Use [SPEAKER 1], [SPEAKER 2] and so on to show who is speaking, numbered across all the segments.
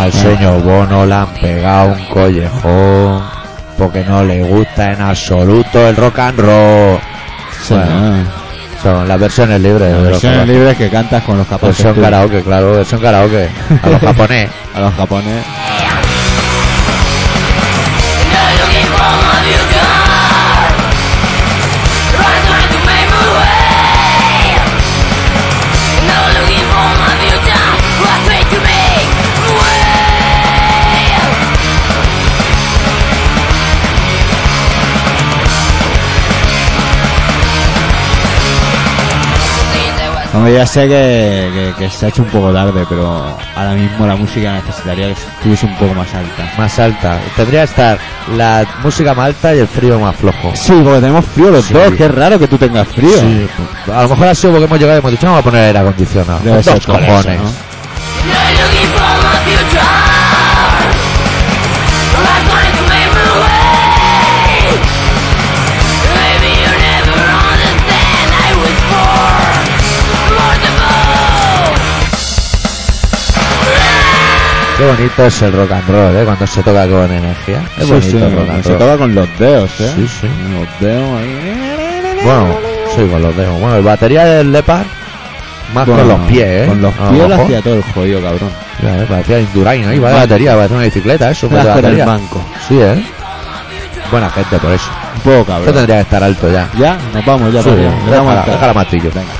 [SPEAKER 1] al señor Bono le han pegado un collejón porque no le gusta en absoluto el rock and roll.
[SPEAKER 2] Sí,
[SPEAKER 1] Bueno,
[SPEAKER 2] ¿no?
[SPEAKER 1] son las versiones libres. de
[SPEAKER 2] Las
[SPEAKER 1] los
[SPEAKER 2] versiones
[SPEAKER 1] japoneses.
[SPEAKER 2] libres que cantas con los japoneses.
[SPEAKER 1] Versión
[SPEAKER 2] tú,
[SPEAKER 1] Pues karaoke, claro, versión karaoke. A los japonés.
[SPEAKER 2] A los japoneses. Hombre, ya sé que, que- que se ha hecho un poco tarde, pero ahora mismo la música necesitaría que estuviese un poco más alta.
[SPEAKER 1] Más alta. Tendría que estar la música más alta y el frío más flojo.
[SPEAKER 2] Sí, porque tenemos frío los
[SPEAKER 1] Sí.
[SPEAKER 2] dos. Qué raro que tú tengas frío.
[SPEAKER 1] Sí, pues, a lo mejor ha sido porque hemos llegado y hemos dicho, vamos a poner aire acondicionado.
[SPEAKER 2] Debe
[SPEAKER 1] Dos
[SPEAKER 2] ser por eso,
[SPEAKER 1] cojones.
[SPEAKER 2] ¿no?
[SPEAKER 1] Qué bonito es el rock and roll, ¿eh? Cuando se toca con energía. Es
[SPEAKER 2] Sí,
[SPEAKER 1] bonito
[SPEAKER 2] sí,
[SPEAKER 1] el rock and
[SPEAKER 2] se
[SPEAKER 1] roll.
[SPEAKER 2] toca con los dedos, ¿eh?
[SPEAKER 1] Sí, sí.
[SPEAKER 2] Con Los dedos ahí.
[SPEAKER 1] Bueno, sí, con los dedos. Bueno, el batería del Leopard, más
[SPEAKER 2] Bueno,
[SPEAKER 1] con los pies, ¿eh?
[SPEAKER 2] Con los
[SPEAKER 1] A lo
[SPEAKER 2] pies le
[SPEAKER 1] mejor.
[SPEAKER 2] hacía todo el jodido, cabrón.
[SPEAKER 1] Ya, eh, Parecía Indurain ahí, va de batería, parecía una bicicleta, eso.
[SPEAKER 2] Las
[SPEAKER 1] de
[SPEAKER 2] con el
[SPEAKER 1] batería.
[SPEAKER 2] banco.
[SPEAKER 1] Sí, ¿eh? Buena gente, por eso.
[SPEAKER 2] Un poco,
[SPEAKER 1] Esto
[SPEAKER 2] cabrón.
[SPEAKER 1] tendría que estar alto ya.
[SPEAKER 2] Ya, nos vamos, ya
[SPEAKER 1] Sí,
[SPEAKER 2] por Dios.
[SPEAKER 1] deja-
[SPEAKER 2] Le damos
[SPEAKER 1] deja-
[SPEAKER 2] al-
[SPEAKER 1] deja la matrillo.
[SPEAKER 2] Venga.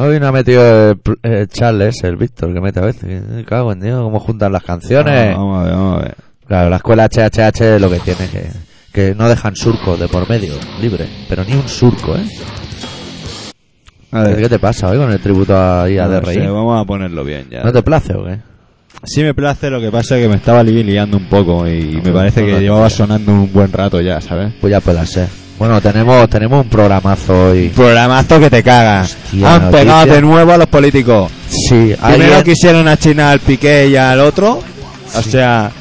[SPEAKER 1] Hoy no ha metido eh, pl- eh, Charles, el Víctor, que mete a veces. Me cago en Dios, cómo juntan las canciones.
[SPEAKER 2] Vamos a ver, vamos a ver.
[SPEAKER 1] Claro, la escuela HHH lo que tiene es que, que no dejan surco de por medio, libre. Pero ni un surco, ¿eh?
[SPEAKER 2] A ver.
[SPEAKER 1] ¿Qué te pasa hoy con el tributo ahí a
[SPEAKER 2] No
[SPEAKER 1] DRI?
[SPEAKER 2] sé, vamos a ponerlo bien ya.
[SPEAKER 1] ¿No te place o qué?
[SPEAKER 2] Sí me place, lo que pasa es que me estaba li- liando un poco y
[SPEAKER 1] No,
[SPEAKER 2] me parece
[SPEAKER 1] no,
[SPEAKER 2] que
[SPEAKER 1] no,
[SPEAKER 2] llevaba sonando un buen rato ya, ¿sabes?
[SPEAKER 1] Pues ya puede ser. Bueno, tenemos, tenemos un programazo hoy.
[SPEAKER 2] Programazo que te cagas.
[SPEAKER 1] Hostia,
[SPEAKER 2] Han pegado
[SPEAKER 1] noticia.
[SPEAKER 2] de nuevo a los políticos.
[SPEAKER 1] Sí,
[SPEAKER 2] Primero
[SPEAKER 1] alguien-
[SPEAKER 2] quisieron a China al Piqué y al otro. O sea,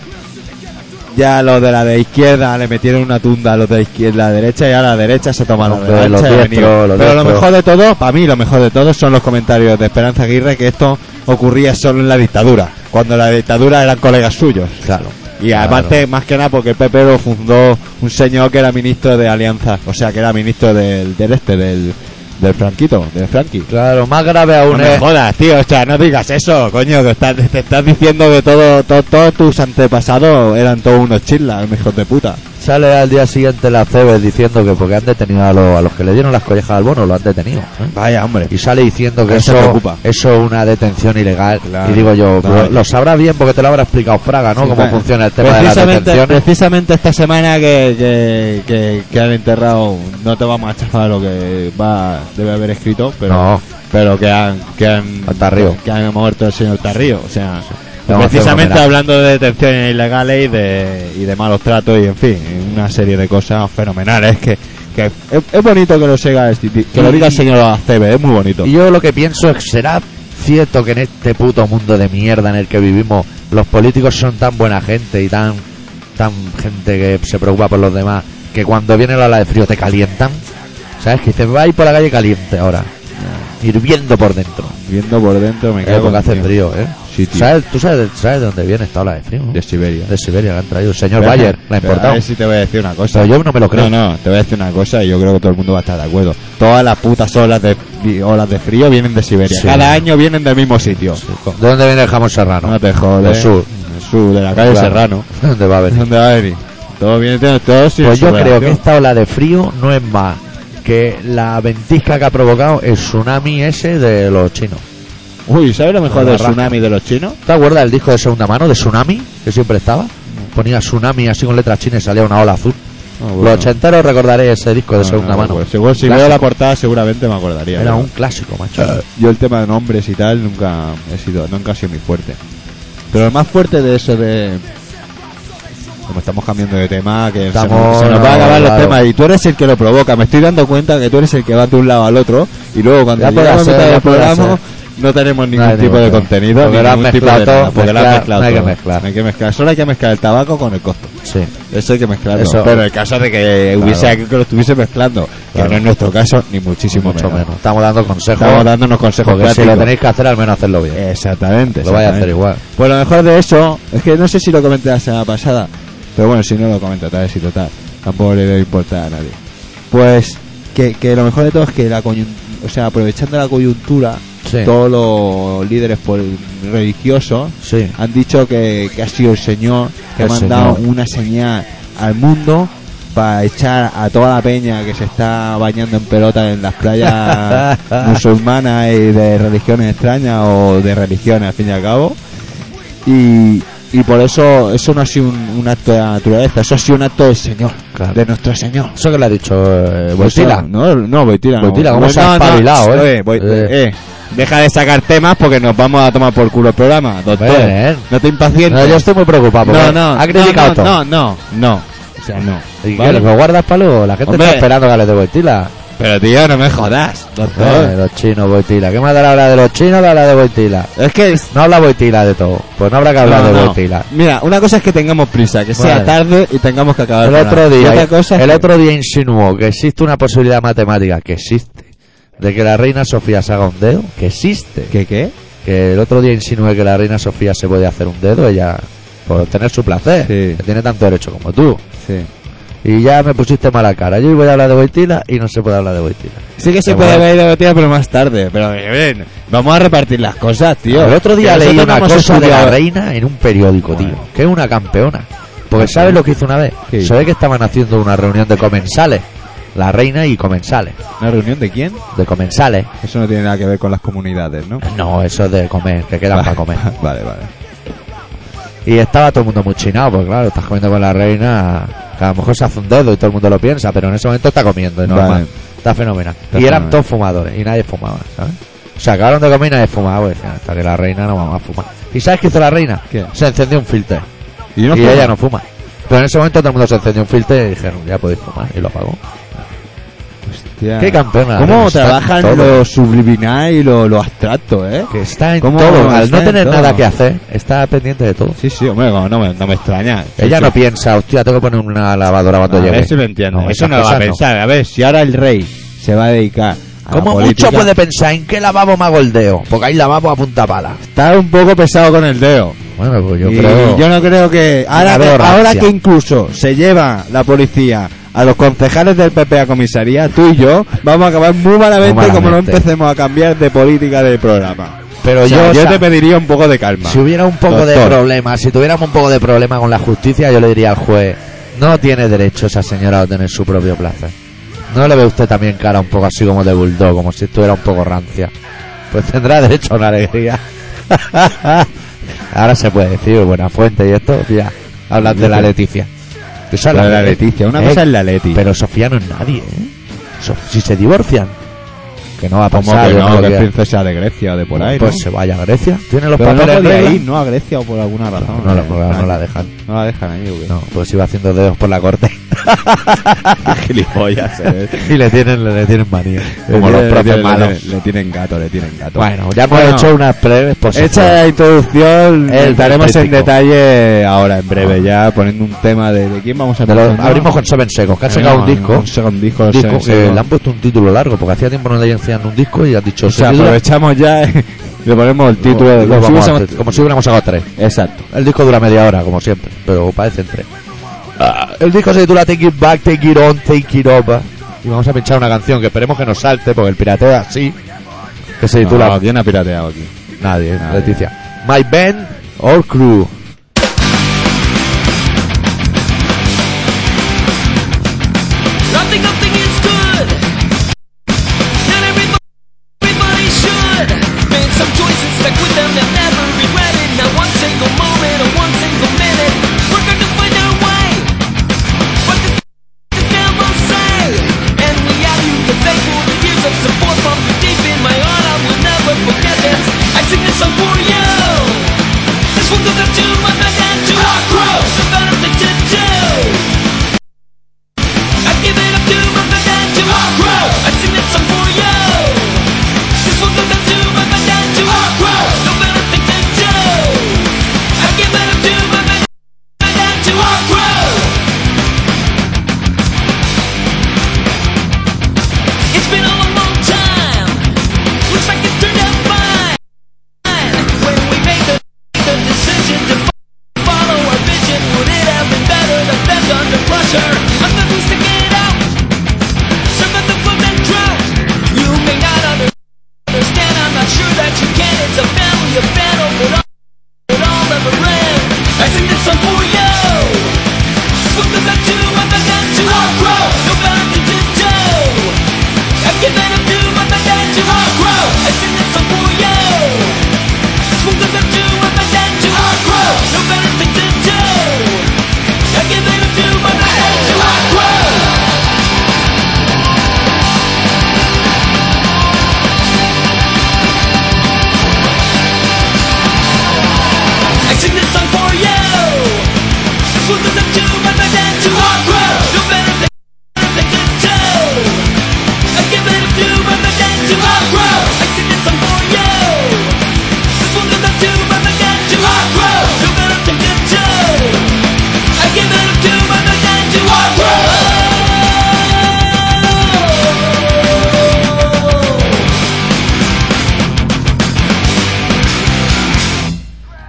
[SPEAKER 2] ya los de la de izquierda le metieron una tunda a los de izquierda a la derecha y a la derecha se toman
[SPEAKER 1] Hombre, los diestros, los
[SPEAKER 2] Pero lo
[SPEAKER 1] diestros.
[SPEAKER 2] mejor de todo, para mí lo mejor de todo son los comentarios de Esperanza Aguirre que esto ocurría solo en la dictadura, cuando la dictadura eran colegas suyos.
[SPEAKER 1] Claro.
[SPEAKER 2] Y aparte,
[SPEAKER 1] Claro.
[SPEAKER 2] más que nada, porque el PP lo fundó un señor que era ministro de Alianza, o sea, que era ministro del, del este, del, del Franquito, del Franqui.
[SPEAKER 1] Claro, más grave aún
[SPEAKER 2] No me
[SPEAKER 1] es...
[SPEAKER 2] jodas, tío, o sea, no digas eso, coño, que estás, te estás diciendo que todo, to- todos tus antepasados eran todos unos chislas, hijos de puta.
[SPEAKER 1] Sale al día siguiente la CEBES diciendo que porque han detenido a, los- a los que le dieron las collejas al bono, lo han detenido. ¿eh?
[SPEAKER 2] Vaya, hombre.
[SPEAKER 1] Y sale diciendo que
[SPEAKER 2] No se
[SPEAKER 1] eso,
[SPEAKER 2] preocupa.
[SPEAKER 1] eso es una detención ilegal.
[SPEAKER 2] Claro.
[SPEAKER 1] y digo yo, pues,
[SPEAKER 2] Claro.
[SPEAKER 1] lo, lo sabrá bien porque te lo habrá explicado Fraga, ¿no?
[SPEAKER 2] Sí,
[SPEAKER 1] Cómo
[SPEAKER 2] bueno.
[SPEAKER 1] funciona el tema de las
[SPEAKER 2] precisamente,
[SPEAKER 1] detenciones.
[SPEAKER 2] precisamente esta semana que, que, que- que han enterrado, no te vamos a chafar lo que va debe haber escrito, pero
[SPEAKER 1] No.
[SPEAKER 2] pero que han que han
[SPEAKER 1] Al Tarrío.
[SPEAKER 2] que han muerto el señor Tarrío, o sea,
[SPEAKER 1] Le vamos a hacer
[SPEAKER 2] precisamente
[SPEAKER 1] un homenaje.
[SPEAKER 2] hablando de detenciones ilegales y de, y de malos tratos y en fin, una serie de cosas fenomenales que, que es, es bonito que lo siga este- que lo diga el señor Acebe, es muy bonito.
[SPEAKER 1] Y yo lo que pienso es, ¿será cierto que en este puto mundo de mierda en el que vivimos los políticos son tan buena gente y tan, tan gente que se preocupa por los demás que cuando viene la ola de frío te calientan? ¿Sabes? Que dices, vais por la calle caliente ahora, hirviendo por dentro.
[SPEAKER 2] Viendo por dentro me
[SPEAKER 1] Eh,
[SPEAKER 2] cago en
[SPEAKER 1] porque hace
[SPEAKER 2] Dios.
[SPEAKER 1] frío, ¿eh?
[SPEAKER 2] Sí, tío.
[SPEAKER 1] ¿Sabes, ¿Tú sabes, sabes de dónde viene esta ola de frío? no?
[SPEAKER 2] de Siberia.
[SPEAKER 1] De Siberia, la han traído. El señor
[SPEAKER 2] Pero-
[SPEAKER 1] Bayer, la ha
[SPEAKER 2] pero A
[SPEAKER 1] importado.
[SPEAKER 2] ver si te voy a decir una cosa.
[SPEAKER 1] Pero yo no me lo creo.
[SPEAKER 2] No, no, te voy a decir una cosa y yo creo que todo el mundo va a estar de acuerdo. Todas las putas olas de, olas de frío vienen de Siberia.
[SPEAKER 1] Sí.
[SPEAKER 2] Cada año vienen del mismo sitio.
[SPEAKER 1] ¿De dónde viene el jamón serrano?
[SPEAKER 2] No te jodes.
[SPEAKER 1] Ah, Del sur.
[SPEAKER 2] Del sur, de la calle
[SPEAKER 1] Claro.
[SPEAKER 2] Serrano.
[SPEAKER 1] ¿Dónde va a venir?
[SPEAKER 2] ¿Dónde va a venir? Todo viene de todo sin
[SPEAKER 1] Pues yo creo
[SPEAKER 2] superación.
[SPEAKER 1] que esta ola de frío no es más que la ventisca que ha provocado el tsunami ese de los chinos.
[SPEAKER 2] Uy, ¿sabes lo mejor
[SPEAKER 1] La
[SPEAKER 2] del
[SPEAKER 1] barraca.
[SPEAKER 2] tsunami de los chinos?
[SPEAKER 1] ¿Te acuerdas del disco de segunda mano de tsunami que siempre estaba? Ponía tsunami así con letras chinas y salía una ola azul. Los ochenteros recordaréis ese
[SPEAKER 2] Ah,
[SPEAKER 1] disco de segunda mano.
[SPEAKER 2] seguro, pues, si
[SPEAKER 1] Clásico.
[SPEAKER 2] veo la portada seguramente me acordaría.
[SPEAKER 1] Era
[SPEAKER 2] pero-
[SPEAKER 1] un clásico, macho.
[SPEAKER 2] Yo el tema de nombres y tal nunca he sido, nunca ha sido muy fuerte. Pero lo más fuerte de eso de. Como estamos cambiando de tema, que se nos-
[SPEAKER 1] Estamos-
[SPEAKER 2] se nos, va a acabar los
[SPEAKER 1] claro.
[SPEAKER 2] temas y tú eres el que lo provoca. Me estoy dando cuenta que tú eres el que va de un lado al otro y luego cuando
[SPEAKER 1] Ya podrá
[SPEAKER 2] llegamos a
[SPEAKER 1] ser,
[SPEAKER 2] mitad
[SPEAKER 1] ya
[SPEAKER 2] del
[SPEAKER 1] podrá
[SPEAKER 2] programa no tenemos ningún
[SPEAKER 1] hay
[SPEAKER 2] tipo
[SPEAKER 1] ningún
[SPEAKER 2] de
[SPEAKER 1] tema.
[SPEAKER 2] contenido,
[SPEAKER 1] Porque
[SPEAKER 2] ni
[SPEAKER 1] lo has
[SPEAKER 2] ningún tipo de
[SPEAKER 1] mezclado
[SPEAKER 2] nada, porque lo has
[SPEAKER 1] mezclar-
[SPEAKER 2] mezclado
[SPEAKER 1] no hay que
[SPEAKER 2] todo.
[SPEAKER 1] mezclar.
[SPEAKER 2] No hay que mezclar. Solo hay que mezclar el tabaco con el costo.
[SPEAKER 1] Sí.
[SPEAKER 2] Eso hay que mezclarlo.
[SPEAKER 1] Eso.
[SPEAKER 2] Pero en el caso de que hubiese
[SPEAKER 1] Claro.
[SPEAKER 2] alguien que lo estuviese mezclando,
[SPEAKER 1] Claro.
[SPEAKER 2] que no es nuestro caso, ni muchísimo
[SPEAKER 1] Mucho
[SPEAKER 2] menos.
[SPEAKER 1] menos. Estamos dando consejos.
[SPEAKER 2] Estamos dándonos consejos
[SPEAKER 1] porque si
[SPEAKER 2] prácticos. Eh.
[SPEAKER 1] lo tenéis que hacer, al menos hacerlo bien.
[SPEAKER 2] Exactamente.
[SPEAKER 1] lo vais a
[SPEAKER 2] exactamente.
[SPEAKER 1] hacer igual.
[SPEAKER 2] Pues lo mejor de eso es que no sé si lo comenté la semana pasada, pero bueno, si no lo comento, tal vez y total. Tampoco le debe importar a nadie. Pues que, que lo mejor de todo es que la coyun- o sea, aprovechando la coyuntura,
[SPEAKER 1] Sí.
[SPEAKER 2] todos los líderes por- religiosos
[SPEAKER 1] Sí.
[SPEAKER 2] han dicho que, que ha sido el Señor que
[SPEAKER 1] El
[SPEAKER 2] ha mandado
[SPEAKER 1] Señor.
[SPEAKER 2] una señal al mundo para echar a toda la peña que se está bañando en pelota en las playas musulmanas y de religiones extrañas o de religiones al fin y al cabo. Y, y por eso eso no ha sido un, un acto de la naturaleza, eso ha sido un acto del Señor,
[SPEAKER 1] Claro.
[SPEAKER 2] de nuestro Señor.
[SPEAKER 1] Eso que le ha dicho eh, Boitila.
[SPEAKER 2] No, no, Boitila. no.
[SPEAKER 1] Boitila, cómo se
[SPEAKER 2] No,
[SPEAKER 1] ha
[SPEAKER 2] no,
[SPEAKER 1] espabilado, eh.
[SPEAKER 2] eh, Boi-
[SPEAKER 1] Eh.
[SPEAKER 2] eh, Deja de sacar temas porque nos vamos a tomar por culo el programa, doctor.
[SPEAKER 1] Ven.
[SPEAKER 2] No te impacientes.
[SPEAKER 1] No, yo estoy muy preocupado. porque
[SPEAKER 2] No, no.
[SPEAKER 1] Ha criticado
[SPEAKER 2] no,
[SPEAKER 1] todo.
[SPEAKER 2] no, no, no. O sea, no.
[SPEAKER 1] ¿Y qué,
[SPEAKER 2] Vale.
[SPEAKER 1] ¿Lo guardas para luego? La gente
[SPEAKER 2] Hombre.
[SPEAKER 1] está esperando que hables de Boitila.
[SPEAKER 2] Pero tío, no me jodas,
[SPEAKER 1] Eh,
[SPEAKER 2] doctor.
[SPEAKER 1] los chinos, Boitila. ¿Qué más dará hablar de los chinos que habla de Boitila?
[SPEAKER 2] Es que es-
[SPEAKER 1] No habla Boitila de todo. Pues no habrá que hablar
[SPEAKER 2] no,
[SPEAKER 1] de
[SPEAKER 2] no.
[SPEAKER 1] Boitila.
[SPEAKER 2] Mira, una cosa es que tengamos prisa, que sea
[SPEAKER 1] Vale.
[SPEAKER 2] tarde y tengamos que acabar
[SPEAKER 1] El
[SPEAKER 2] programa.
[SPEAKER 1] otro
[SPEAKER 2] Y
[SPEAKER 1] día,
[SPEAKER 2] otra cosa es
[SPEAKER 1] el
[SPEAKER 2] que-
[SPEAKER 1] otro día insinuó que existe una posibilidad matemática, que existe, de que la reina Sofía se haga un dedo, que existe.
[SPEAKER 2] ¿Qué qué?
[SPEAKER 1] Que el otro día insinué que la reina Sofía se puede hacer un dedo, ella, por obtener su placer,
[SPEAKER 2] Sí.
[SPEAKER 1] que tiene tanto derecho como tú.
[SPEAKER 2] Sí.
[SPEAKER 1] Y ya me pusiste mala cara. Yo voy a hablar de Boitila y no se puede hablar de Boitila.
[SPEAKER 2] Sí que se
[SPEAKER 1] Pero
[SPEAKER 2] puede
[SPEAKER 1] bueno.
[SPEAKER 2] haber ido tía, pero más tarde. Pero eh, ven, vamos a repartir las cosas, tío.
[SPEAKER 1] el otro día
[SPEAKER 2] Que
[SPEAKER 1] leí
[SPEAKER 2] nosotros
[SPEAKER 1] una
[SPEAKER 2] no hemos
[SPEAKER 1] cosa de la
[SPEAKER 2] estudiado-
[SPEAKER 1] reina en un periódico,
[SPEAKER 2] Bueno.
[SPEAKER 1] tío. Que es una campeona. Porque
[SPEAKER 2] Sí.
[SPEAKER 1] ¿sabes lo que hizo una vez?
[SPEAKER 2] ¿Qué hizo?
[SPEAKER 1] Se ve que estaban haciendo una reunión de comensales. La reina y comensales.
[SPEAKER 2] ¿Una reunión de quién?
[SPEAKER 1] De comensales.
[SPEAKER 2] Eso no tiene nada que ver con las comunidades, ¿no?
[SPEAKER 1] No, eso es de comer, que quedan para comer.
[SPEAKER 2] Vale, vale.
[SPEAKER 1] Y estaba todo el mundo muy chinado, porque claro, estás comiendo con la reina, que a lo mejor se hace un dedo y todo el mundo lo piensa, pero en ese momento está comiendo, es normal.
[SPEAKER 2] Vale.
[SPEAKER 1] Está fenomenal.
[SPEAKER 2] Está
[SPEAKER 1] y eran
[SPEAKER 2] fenomenal.
[SPEAKER 1] todos fumadores, y nadie fumaba, ¿sabes? Se acabaron de comer y nadie fumaba, pues decían, hasta que la reina no vamos a fumar. ¿Y sabes qué hizo la reina?
[SPEAKER 2] ¿Qué?
[SPEAKER 1] Se encendió un filtro.
[SPEAKER 2] Y, yo
[SPEAKER 1] y
[SPEAKER 2] fui-
[SPEAKER 1] ella no fuma. Pero en ese momento todo el mundo se encendió un filtro y dijeron, ya podéis fumar, y lo apagó.
[SPEAKER 2] Hostia.
[SPEAKER 1] ¡Qué campeona!
[SPEAKER 2] ¿Cómo
[SPEAKER 1] Está en todo.
[SPEAKER 2] trabajan lo subliminal y lo, lo abstracto, eh?
[SPEAKER 1] Que está en
[SPEAKER 2] ¿Cómo
[SPEAKER 1] todo, al
[SPEAKER 2] está
[SPEAKER 1] no
[SPEAKER 2] en
[SPEAKER 1] tener
[SPEAKER 2] todo?
[SPEAKER 1] nada que hacer, está pendiente de todo.
[SPEAKER 2] Sí, sí, hombre, no, no me, no me extraña.
[SPEAKER 1] Ella
[SPEAKER 2] Sí,
[SPEAKER 1] no
[SPEAKER 2] sí.
[SPEAKER 1] piensa, hostia, tengo que poner una lavadora cuando
[SPEAKER 2] A
[SPEAKER 1] llegue.
[SPEAKER 2] ver si me entiendo. Eso
[SPEAKER 1] esas
[SPEAKER 2] no lo va a
[SPEAKER 1] cosas
[SPEAKER 2] pensar. A ver, si ahora el rey se va a dedicar a la
[SPEAKER 1] Como
[SPEAKER 2] política,
[SPEAKER 1] mucho puede pensar en qué lavabo me hago el dedo, porque hay lavabo a punta pala.
[SPEAKER 2] Está un poco pesado con el dedo.
[SPEAKER 1] Bueno, pues yo
[SPEAKER 2] Y
[SPEAKER 1] creo.
[SPEAKER 2] yo no creo que
[SPEAKER 1] La
[SPEAKER 2] ahora,
[SPEAKER 1] veo
[SPEAKER 2] que ahora
[SPEAKER 1] rancia.
[SPEAKER 2] que incluso se lleva la policía a los concejales del PP a comisaría, tú y yo vamos a acabar muy
[SPEAKER 1] Muy
[SPEAKER 2] malamente,
[SPEAKER 1] malamente.
[SPEAKER 2] como no empecemos a cambiar de política del programa.
[SPEAKER 1] Pero
[SPEAKER 2] O sea,
[SPEAKER 1] yo,
[SPEAKER 2] yo
[SPEAKER 1] o sea,
[SPEAKER 2] te pediría un poco de calma.
[SPEAKER 1] si hubiera un poco de
[SPEAKER 2] Doctor.
[SPEAKER 1] problema, si tuviéramos un poco de problema con la justicia, yo le diría al juez: no tiene derecho esa señora a tener su propio placer. ¿No le ve usted también cara un poco así como de bulldog, como si estuviera un poco rancia? Pues tendrá derecho a una alegría. Ahora se puede decir, buena fuente y esto, ya. Hablas de la Leticia. Tú sabes
[SPEAKER 2] Pero la
[SPEAKER 1] que-
[SPEAKER 2] Leticia, una
[SPEAKER 1] Eh,
[SPEAKER 2] cosa es la Leti.
[SPEAKER 1] Pero Sofía no es nadie, ¿eh? So- si se divorcian, que no va a
[SPEAKER 2] como
[SPEAKER 1] pasar.
[SPEAKER 2] que
[SPEAKER 1] yo
[SPEAKER 2] no,
[SPEAKER 1] lo
[SPEAKER 2] que es
[SPEAKER 1] quiero.
[SPEAKER 2] princesa de Grecia o de por ahí.
[SPEAKER 1] pues
[SPEAKER 2] ¿no?
[SPEAKER 1] se vaya a Grecia. Tiene los
[SPEAKER 2] Pero no
[SPEAKER 1] papeles
[SPEAKER 2] podía
[SPEAKER 1] de
[SPEAKER 2] ir, ¿no? A Grecia o por alguna razón.
[SPEAKER 1] No,
[SPEAKER 2] eh,
[SPEAKER 1] la- no la- no la dejan.
[SPEAKER 2] No la dejan ahí, ¿o qué?
[SPEAKER 1] No, pues iba haciendo dedos por la corte.
[SPEAKER 2] Gilipollas, eh.
[SPEAKER 1] y le tienen, le tienen manía.
[SPEAKER 2] Como los propios
[SPEAKER 1] propios
[SPEAKER 2] malos. Le, tienen gato, le tienen gato.
[SPEAKER 1] Bueno, ya hemos
[SPEAKER 2] Bueno.
[SPEAKER 1] hecho pues unas breves
[SPEAKER 2] Hecha
[SPEAKER 1] posiciones.
[SPEAKER 2] la introducción,
[SPEAKER 1] El
[SPEAKER 2] entraremos en
[SPEAKER 1] crítico.
[SPEAKER 2] detalle ahora, en breve, ya poniendo un tema de, de quién vamos a
[SPEAKER 1] Te lo-
[SPEAKER 2] empezar, ¿no?
[SPEAKER 1] abrimos con Seven Secos, que ha sacado un disco.
[SPEAKER 2] Un segundo disco,
[SPEAKER 1] un disco
[SPEAKER 2] sí, sí,
[SPEAKER 1] que
[SPEAKER 2] ¿no?
[SPEAKER 1] le han puesto un título largo, porque hacía tiempo no le hacían un disco y has dicho.
[SPEAKER 2] O
[SPEAKER 1] "Se
[SPEAKER 2] sea,
[SPEAKER 1] titula-".
[SPEAKER 2] aprovechamos ya y le ponemos el título.
[SPEAKER 1] Lo
[SPEAKER 2] de
[SPEAKER 1] vamos a
[SPEAKER 2] hubiésemos-
[SPEAKER 1] hacer, como si hubiéramos sacado tres.
[SPEAKER 2] Exacto.
[SPEAKER 1] El disco dura media hora, como siempre, pero parece tres. Ah, el disco se titula Take It Back, Take It On, Take It Up. Y vamos a pinchar una canción que esperemos que nos salte, porque el pirateo es así. Que se titula
[SPEAKER 2] No, ¿Quién ha pirateado aquí?
[SPEAKER 1] Nadie,
[SPEAKER 2] Nadie.
[SPEAKER 1] Leticia. My Band or Crew.
[SPEAKER 3] Nothing, nothing is good. And everybody, everybody should make some choices, stick with them, they'll never regret it. Not one single moment or one single minute. We're going to find our way. But the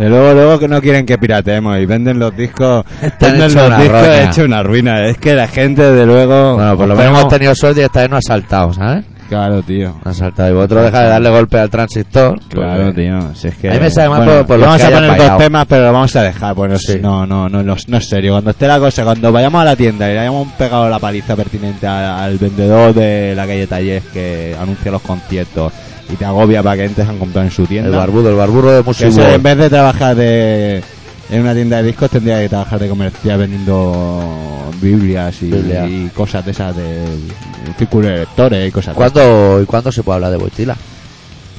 [SPEAKER 2] Y luego, luego que no quieren que pirateemos y venden los discos.
[SPEAKER 1] Están
[SPEAKER 2] venden
[SPEAKER 1] hecho
[SPEAKER 2] los
[SPEAKER 1] una
[SPEAKER 2] discos
[SPEAKER 1] roña.
[SPEAKER 2] hecho una ruina. Es que la gente, de luego.
[SPEAKER 1] Bueno, por lo
[SPEAKER 2] Pero-
[SPEAKER 1] menos hemos tenido suerte y esta vez no ha saltado, ¿sabes?
[SPEAKER 2] Claro, tío.
[SPEAKER 1] No ha saltado. Y vosotros deja de darle golpe al transistor.
[SPEAKER 2] Claro,
[SPEAKER 1] porque-
[SPEAKER 2] tío. Si es que...
[SPEAKER 1] A mí me sale mal por- por los
[SPEAKER 2] vamos
[SPEAKER 1] que
[SPEAKER 2] a
[SPEAKER 1] hayan
[SPEAKER 2] poner
[SPEAKER 1] pagado.
[SPEAKER 2] dos temas, pero lo vamos a dejar. Bueno,
[SPEAKER 1] Sí.
[SPEAKER 2] sí. no, no, no, no, no es serio. Cuando esté la cosa, cuando vayamos a la tienda y le hayamos pegado la paliza pertinente al, al vendedor de la calle Talles que anuncia los conciertos y te agobia para que entres a comprar en su
[SPEAKER 1] El
[SPEAKER 2] tienda.
[SPEAKER 1] barbudo, el barbudo de
[SPEAKER 2] Que
[SPEAKER 1] música.
[SPEAKER 2] ese, en vez de trabajar de, en una tienda de discos, tendría que trabajar de comercial vendiendo Biblias y,
[SPEAKER 1] Biblia.
[SPEAKER 2] y cosas de esas de círculo de lectores y cosas de
[SPEAKER 1] ¿Cuándo, ¿Y cuándo se puede hablar de Boitila?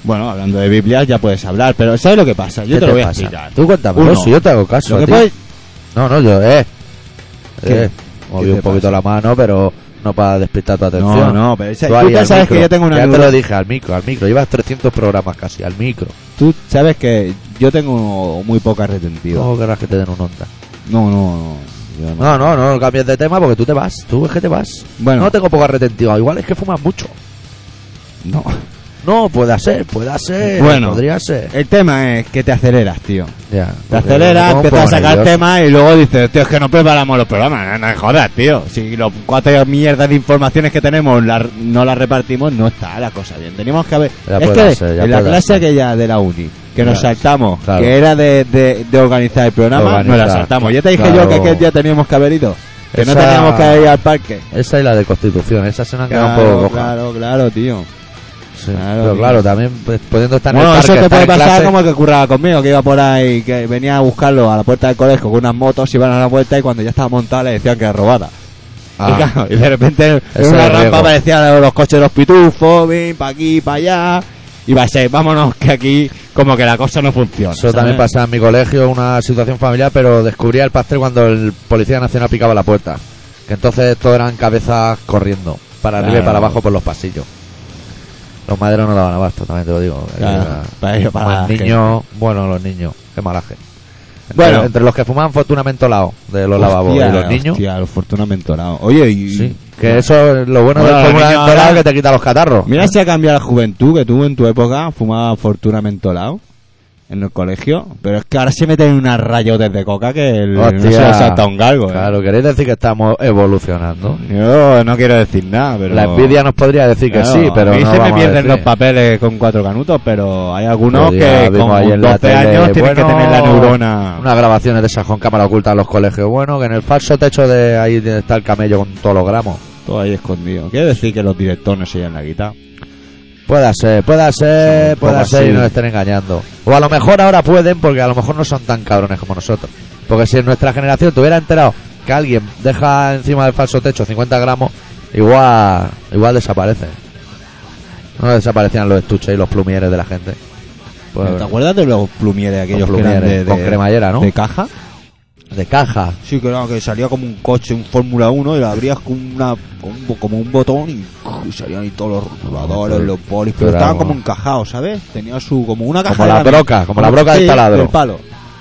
[SPEAKER 2] bueno, hablando de Biblias ya puedes hablar, pero ¿sabes lo que pasa? Yo
[SPEAKER 1] ¿Qué
[SPEAKER 2] te lo voy
[SPEAKER 1] pasa?
[SPEAKER 2] a explicar.
[SPEAKER 1] Tú cuéntame,
[SPEAKER 2] Uno.
[SPEAKER 1] si yo te hago caso.
[SPEAKER 2] Lo que
[SPEAKER 1] tío.
[SPEAKER 2] puedes-
[SPEAKER 1] No, no, yo, eh.
[SPEAKER 2] ¿Qué?
[SPEAKER 1] Eh, moví
[SPEAKER 2] ¿Qué te
[SPEAKER 1] un poquito
[SPEAKER 2] pasa?
[SPEAKER 1] la mano, pero no para despistar tu
[SPEAKER 2] No,
[SPEAKER 1] atención.
[SPEAKER 2] no, pero esa-
[SPEAKER 1] Tú
[SPEAKER 2] tú
[SPEAKER 1] ahí,
[SPEAKER 2] ya
[SPEAKER 1] al
[SPEAKER 2] sabes que
[SPEAKER 1] micro.
[SPEAKER 2] yo tengo una
[SPEAKER 1] Ya te
[SPEAKER 2] neuro-
[SPEAKER 1] lo dije, al micro, al micro. Llevas 300 programas casi, al micro.
[SPEAKER 2] Tú sabes que yo tengo muy poca retentiva.
[SPEAKER 1] ¿Cómo querrás que te den un onda?
[SPEAKER 2] No, no, no. yo
[SPEAKER 1] No,
[SPEAKER 2] no.
[SPEAKER 1] no, no, no cambies de tema porque tú te vas. Tú es que te vas.
[SPEAKER 2] Bueno,
[SPEAKER 1] No tengo poca retentiva. Igual es que fumas mucho.
[SPEAKER 2] no.
[SPEAKER 1] No, puede ser, puede ser.
[SPEAKER 2] Bueno.
[SPEAKER 1] Podría ser.
[SPEAKER 2] El tema es que te aceleras, tío.
[SPEAKER 1] Ya.
[SPEAKER 2] Te
[SPEAKER 1] porque me
[SPEAKER 2] aceleras,
[SPEAKER 1] pongo un
[SPEAKER 2] empiezas a
[SPEAKER 1] poco
[SPEAKER 2] sacar
[SPEAKER 1] nervioso.
[SPEAKER 2] temas y luego dices, tío, es que no preparamos los programas. No, no jodas, tío. Si los cuatro mierdas de informaciones que tenemos la- no las repartimos, no está la cosa bien. Teníamos que haber.
[SPEAKER 1] Ya
[SPEAKER 2] es
[SPEAKER 1] puede
[SPEAKER 2] que
[SPEAKER 1] ser, ya
[SPEAKER 2] en la
[SPEAKER 1] puede
[SPEAKER 2] clase
[SPEAKER 1] ser.
[SPEAKER 2] aquella de la uni, que nos
[SPEAKER 1] Ya,
[SPEAKER 2] saltamos,
[SPEAKER 1] claro.
[SPEAKER 2] que era de, de- de organizar el programa,
[SPEAKER 1] Organizar,
[SPEAKER 2] nos la saltamos. Ya te dije
[SPEAKER 1] claro.
[SPEAKER 2] yo que aquel día teníamos que haber ido. Que no
[SPEAKER 1] Esa-
[SPEAKER 2] teníamos que ir al parque.
[SPEAKER 1] Esa y la de Constitución. Esa se nos han quedado un
[SPEAKER 2] Claro,
[SPEAKER 1] poco cojas.
[SPEAKER 2] claro, claro, tío.
[SPEAKER 1] Sí,
[SPEAKER 2] Claro,
[SPEAKER 1] pero
[SPEAKER 2] tío.
[SPEAKER 1] claro, también pues, pudiendo estar
[SPEAKER 2] bueno,
[SPEAKER 1] en el parque,
[SPEAKER 2] eso te
[SPEAKER 1] estar
[SPEAKER 2] puede
[SPEAKER 1] en
[SPEAKER 2] pasar
[SPEAKER 1] clase-
[SPEAKER 2] como el que curraba conmigo, que iba por ahí, que venía a buscarlo a la puerta del colegio con unas motos, iban a la vuelta y cuando ya estaba montada le decían que era robada.
[SPEAKER 1] Ah.
[SPEAKER 2] Y, claro, y de repente en
[SPEAKER 1] Eso
[SPEAKER 2] una
[SPEAKER 1] es riego.
[SPEAKER 2] rampa aparecían los coches de los pitufos, ven pa' aquí, pa' allá. Y va a ser, vámonos, que aquí como que la cosa no funciona.
[SPEAKER 1] Eso también
[SPEAKER 2] ¿sabes?
[SPEAKER 1] pasaba en mi colegio, una situación familiar, pero descubría el pastel cuando el Policía Nacional picaba la puerta. Que entonces todo eran cabezas corriendo, para arriba y
[SPEAKER 2] Claro.
[SPEAKER 1] para abajo por los pasillos. Los maderos no daban abasto, también te lo digo.
[SPEAKER 2] Claro, para ello, para la
[SPEAKER 1] los
[SPEAKER 2] gente.
[SPEAKER 1] niños, bueno, los niños, qué malaje. Entre,
[SPEAKER 2] Bueno.
[SPEAKER 1] entre los que fumaban fortuna mentolado de los lavabos y
[SPEAKER 2] Hostia,
[SPEAKER 1] los niños.
[SPEAKER 2] Hostia, el fortuna mentorado. Oye, y.
[SPEAKER 1] Sí, que eso es lo bueno,
[SPEAKER 2] Bueno,
[SPEAKER 1] del
[SPEAKER 2] los
[SPEAKER 1] fortuna
[SPEAKER 2] niños
[SPEAKER 1] mentolado
[SPEAKER 2] ahora-
[SPEAKER 1] que te quita los catarros.
[SPEAKER 2] Mira si ha cambiado la juventud, que tú en tu época fumabas fortuna mentolado en el colegio, pero es que ahora se meten unas rayotes de coca que el, no se
[SPEAKER 1] Hostia.
[SPEAKER 2] lo salta un galgo. ¿eh?
[SPEAKER 1] Claro, queréis decir que estamos evolucionando.
[SPEAKER 2] Yo no quiero decir nada, pero...
[SPEAKER 1] La envidia nos podría decir que
[SPEAKER 2] Claro,
[SPEAKER 1] sí, pero
[SPEAKER 2] A mí
[SPEAKER 1] no
[SPEAKER 2] se me
[SPEAKER 1] vamos a
[SPEAKER 2] pierden
[SPEAKER 1] decir.
[SPEAKER 2] los papeles con cuatro canutos, pero hay algunos
[SPEAKER 1] Otro día
[SPEAKER 2] que
[SPEAKER 1] vimos ahí en
[SPEAKER 2] con
[SPEAKER 1] la
[SPEAKER 2] 12
[SPEAKER 1] tele,
[SPEAKER 2] años tienen que
[SPEAKER 1] bueno,
[SPEAKER 2] tener la neurona...
[SPEAKER 1] Unas grabaciones de esas con cámara oculta en los colegios. Bueno, que en el falso techo de ahí está el camello con todos los gramos.
[SPEAKER 2] Todo ahí escondido. Quiere decir que los directores no se llevan la guitarra.
[SPEAKER 1] Puede ser, puede ser,
[SPEAKER 2] Un poco
[SPEAKER 1] puede ser y
[SPEAKER 2] así.
[SPEAKER 1] nos estén engañando. O a lo mejor ahora pueden porque a lo mejor no son tan cabrones como nosotros. Porque si en nuestra generación te hubiera enterado que alguien deja encima del falso techo 50 gramos, igual, igual desaparecen. No desaparecían los estuches y los plumieres de la gente. Pues,
[SPEAKER 2] ¿Te acuerdas de los plumieres aquellos
[SPEAKER 1] Los
[SPEAKER 2] que eran
[SPEAKER 1] plumieres,
[SPEAKER 2] de, de-
[SPEAKER 1] con cremallera, ¿no?
[SPEAKER 2] de caja?
[SPEAKER 1] de caja.
[SPEAKER 2] Sí, que era que salía como un coche, un Fórmula 1, y lo abrías con, una, con un, bo- como un botón y, y salían ahí todos los
[SPEAKER 1] Pero-
[SPEAKER 2] rotuladores, los bolis,
[SPEAKER 1] pero
[SPEAKER 2] pero estaban
[SPEAKER 1] vamos.
[SPEAKER 2] como encajados, ¿sabes? Tenía su, como una caja
[SPEAKER 1] Como
[SPEAKER 2] de
[SPEAKER 1] la broca, como la broca del
[SPEAKER 2] Sí,
[SPEAKER 1] taladro.
[SPEAKER 2] del palo.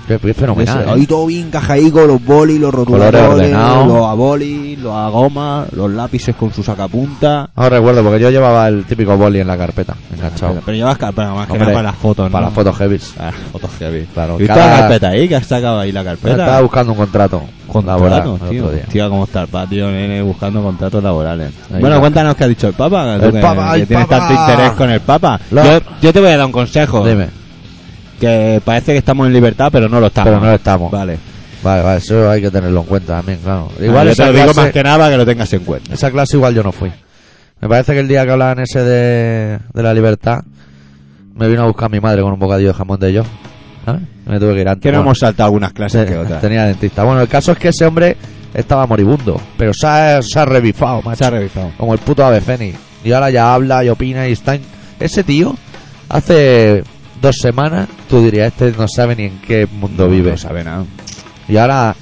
[SPEAKER 1] Qué, qué fenomenal.
[SPEAKER 2] Ese,
[SPEAKER 1] ¿eh?
[SPEAKER 2] Ahí todo bien encajadico, los bolis, los rotuladores,
[SPEAKER 1] ordenados.
[SPEAKER 2] los abolis, los a goma, los lápices con su sacapunta.
[SPEAKER 1] No recuerdo porque yo llevaba el típico boli en la carpeta, enganchado.
[SPEAKER 2] Pero, pero llevas carpeta más que
[SPEAKER 1] Hombre,
[SPEAKER 2] nada para las fotos, ¿no?
[SPEAKER 1] Para las fotos heavies.
[SPEAKER 2] Ah, fotos heavy.
[SPEAKER 1] Claro,
[SPEAKER 2] ¿Viste
[SPEAKER 1] cada-
[SPEAKER 2] la carpeta ahí? Que has sacado ahí la carpeta.
[SPEAKER 1] Estaba buscando un contrato laboral el
[SPEAKER 2] Contratos,
[SPEAKER 1] otro
[SPEAKER 2] tío.
[SPEAKER 1] día.
[SPEAKER 2] Hostia, cómo está el patio, nene, buscando contratos laborales.
[SPEAKER 1] Ahí
[SPEAKER 2] bueno,
[SPEAKER 1] va.
[SPEAKER 2] cuéntanos qué ha dicho el Papa.
[SPEAKER 1] El
[SPEAKER 2] tú que,
[SPEAKER 1] Papa,
[SPEAKER 2] que
[SPEAKER 1] el
[SPEAKER 2] tienes
[SPEAKER 1] Papa.
[SPEAKER 2] tanto interés con el Papa.
[SPEAKER 1] Lo-
[SPEAKER 2] Yo, yo te voy a dar un consejo.
[SPEAKER 1] Dime.
[SPEAKER 2] Que parece que estamos en libertad, pero no lo estamos.
[SPEAKER 1] Pero no lo estamos.
[SPEAKER 2] Vale.
[SPEAKER 1] Vale, vale, eso hay que tenerlo en cuenta también, claro. Igual
[SPEAKER 2] Igual Ah, yo te
[SPEAKER 1] esa,
[SPEAKER 2] lo
[SPEAKER 1] clase,
[SPEAKER 2] digo más que nada para que lo tengas en cuenta.
[SPEAKER 1] esa clase igual yo no fui. Me parece que el día que hablaban ese de, de la libertad, me vino a buscar mi madre con un bocadillo de jamón de yo. ¿Sabes? Me tuve que ir antes.
[SPEAKER 2] Que no
[SPEAKER 1] Bueno,
[SPEAKER 2] hemos saltado algunas clases
[SPEAKER 1] te-
[SPEAKER 2] que otras.
[SPEAKER 1] tenía dentista. Bueno, el caso es que ese hombre estaba moribundo, pero se ha, se ha revifado, macho.
[SPEAKER 2] Se ha revisado.
[SPEAKER 1] como el puto ave fénix. Y ahora ya habla y opina y está en... Ese tío, hace dos semanas, tú dirías, este no sabe ni en qué mundo vive.
[SPEAKER 2] No sabe nada.
[SPEAKER 1] Y ahora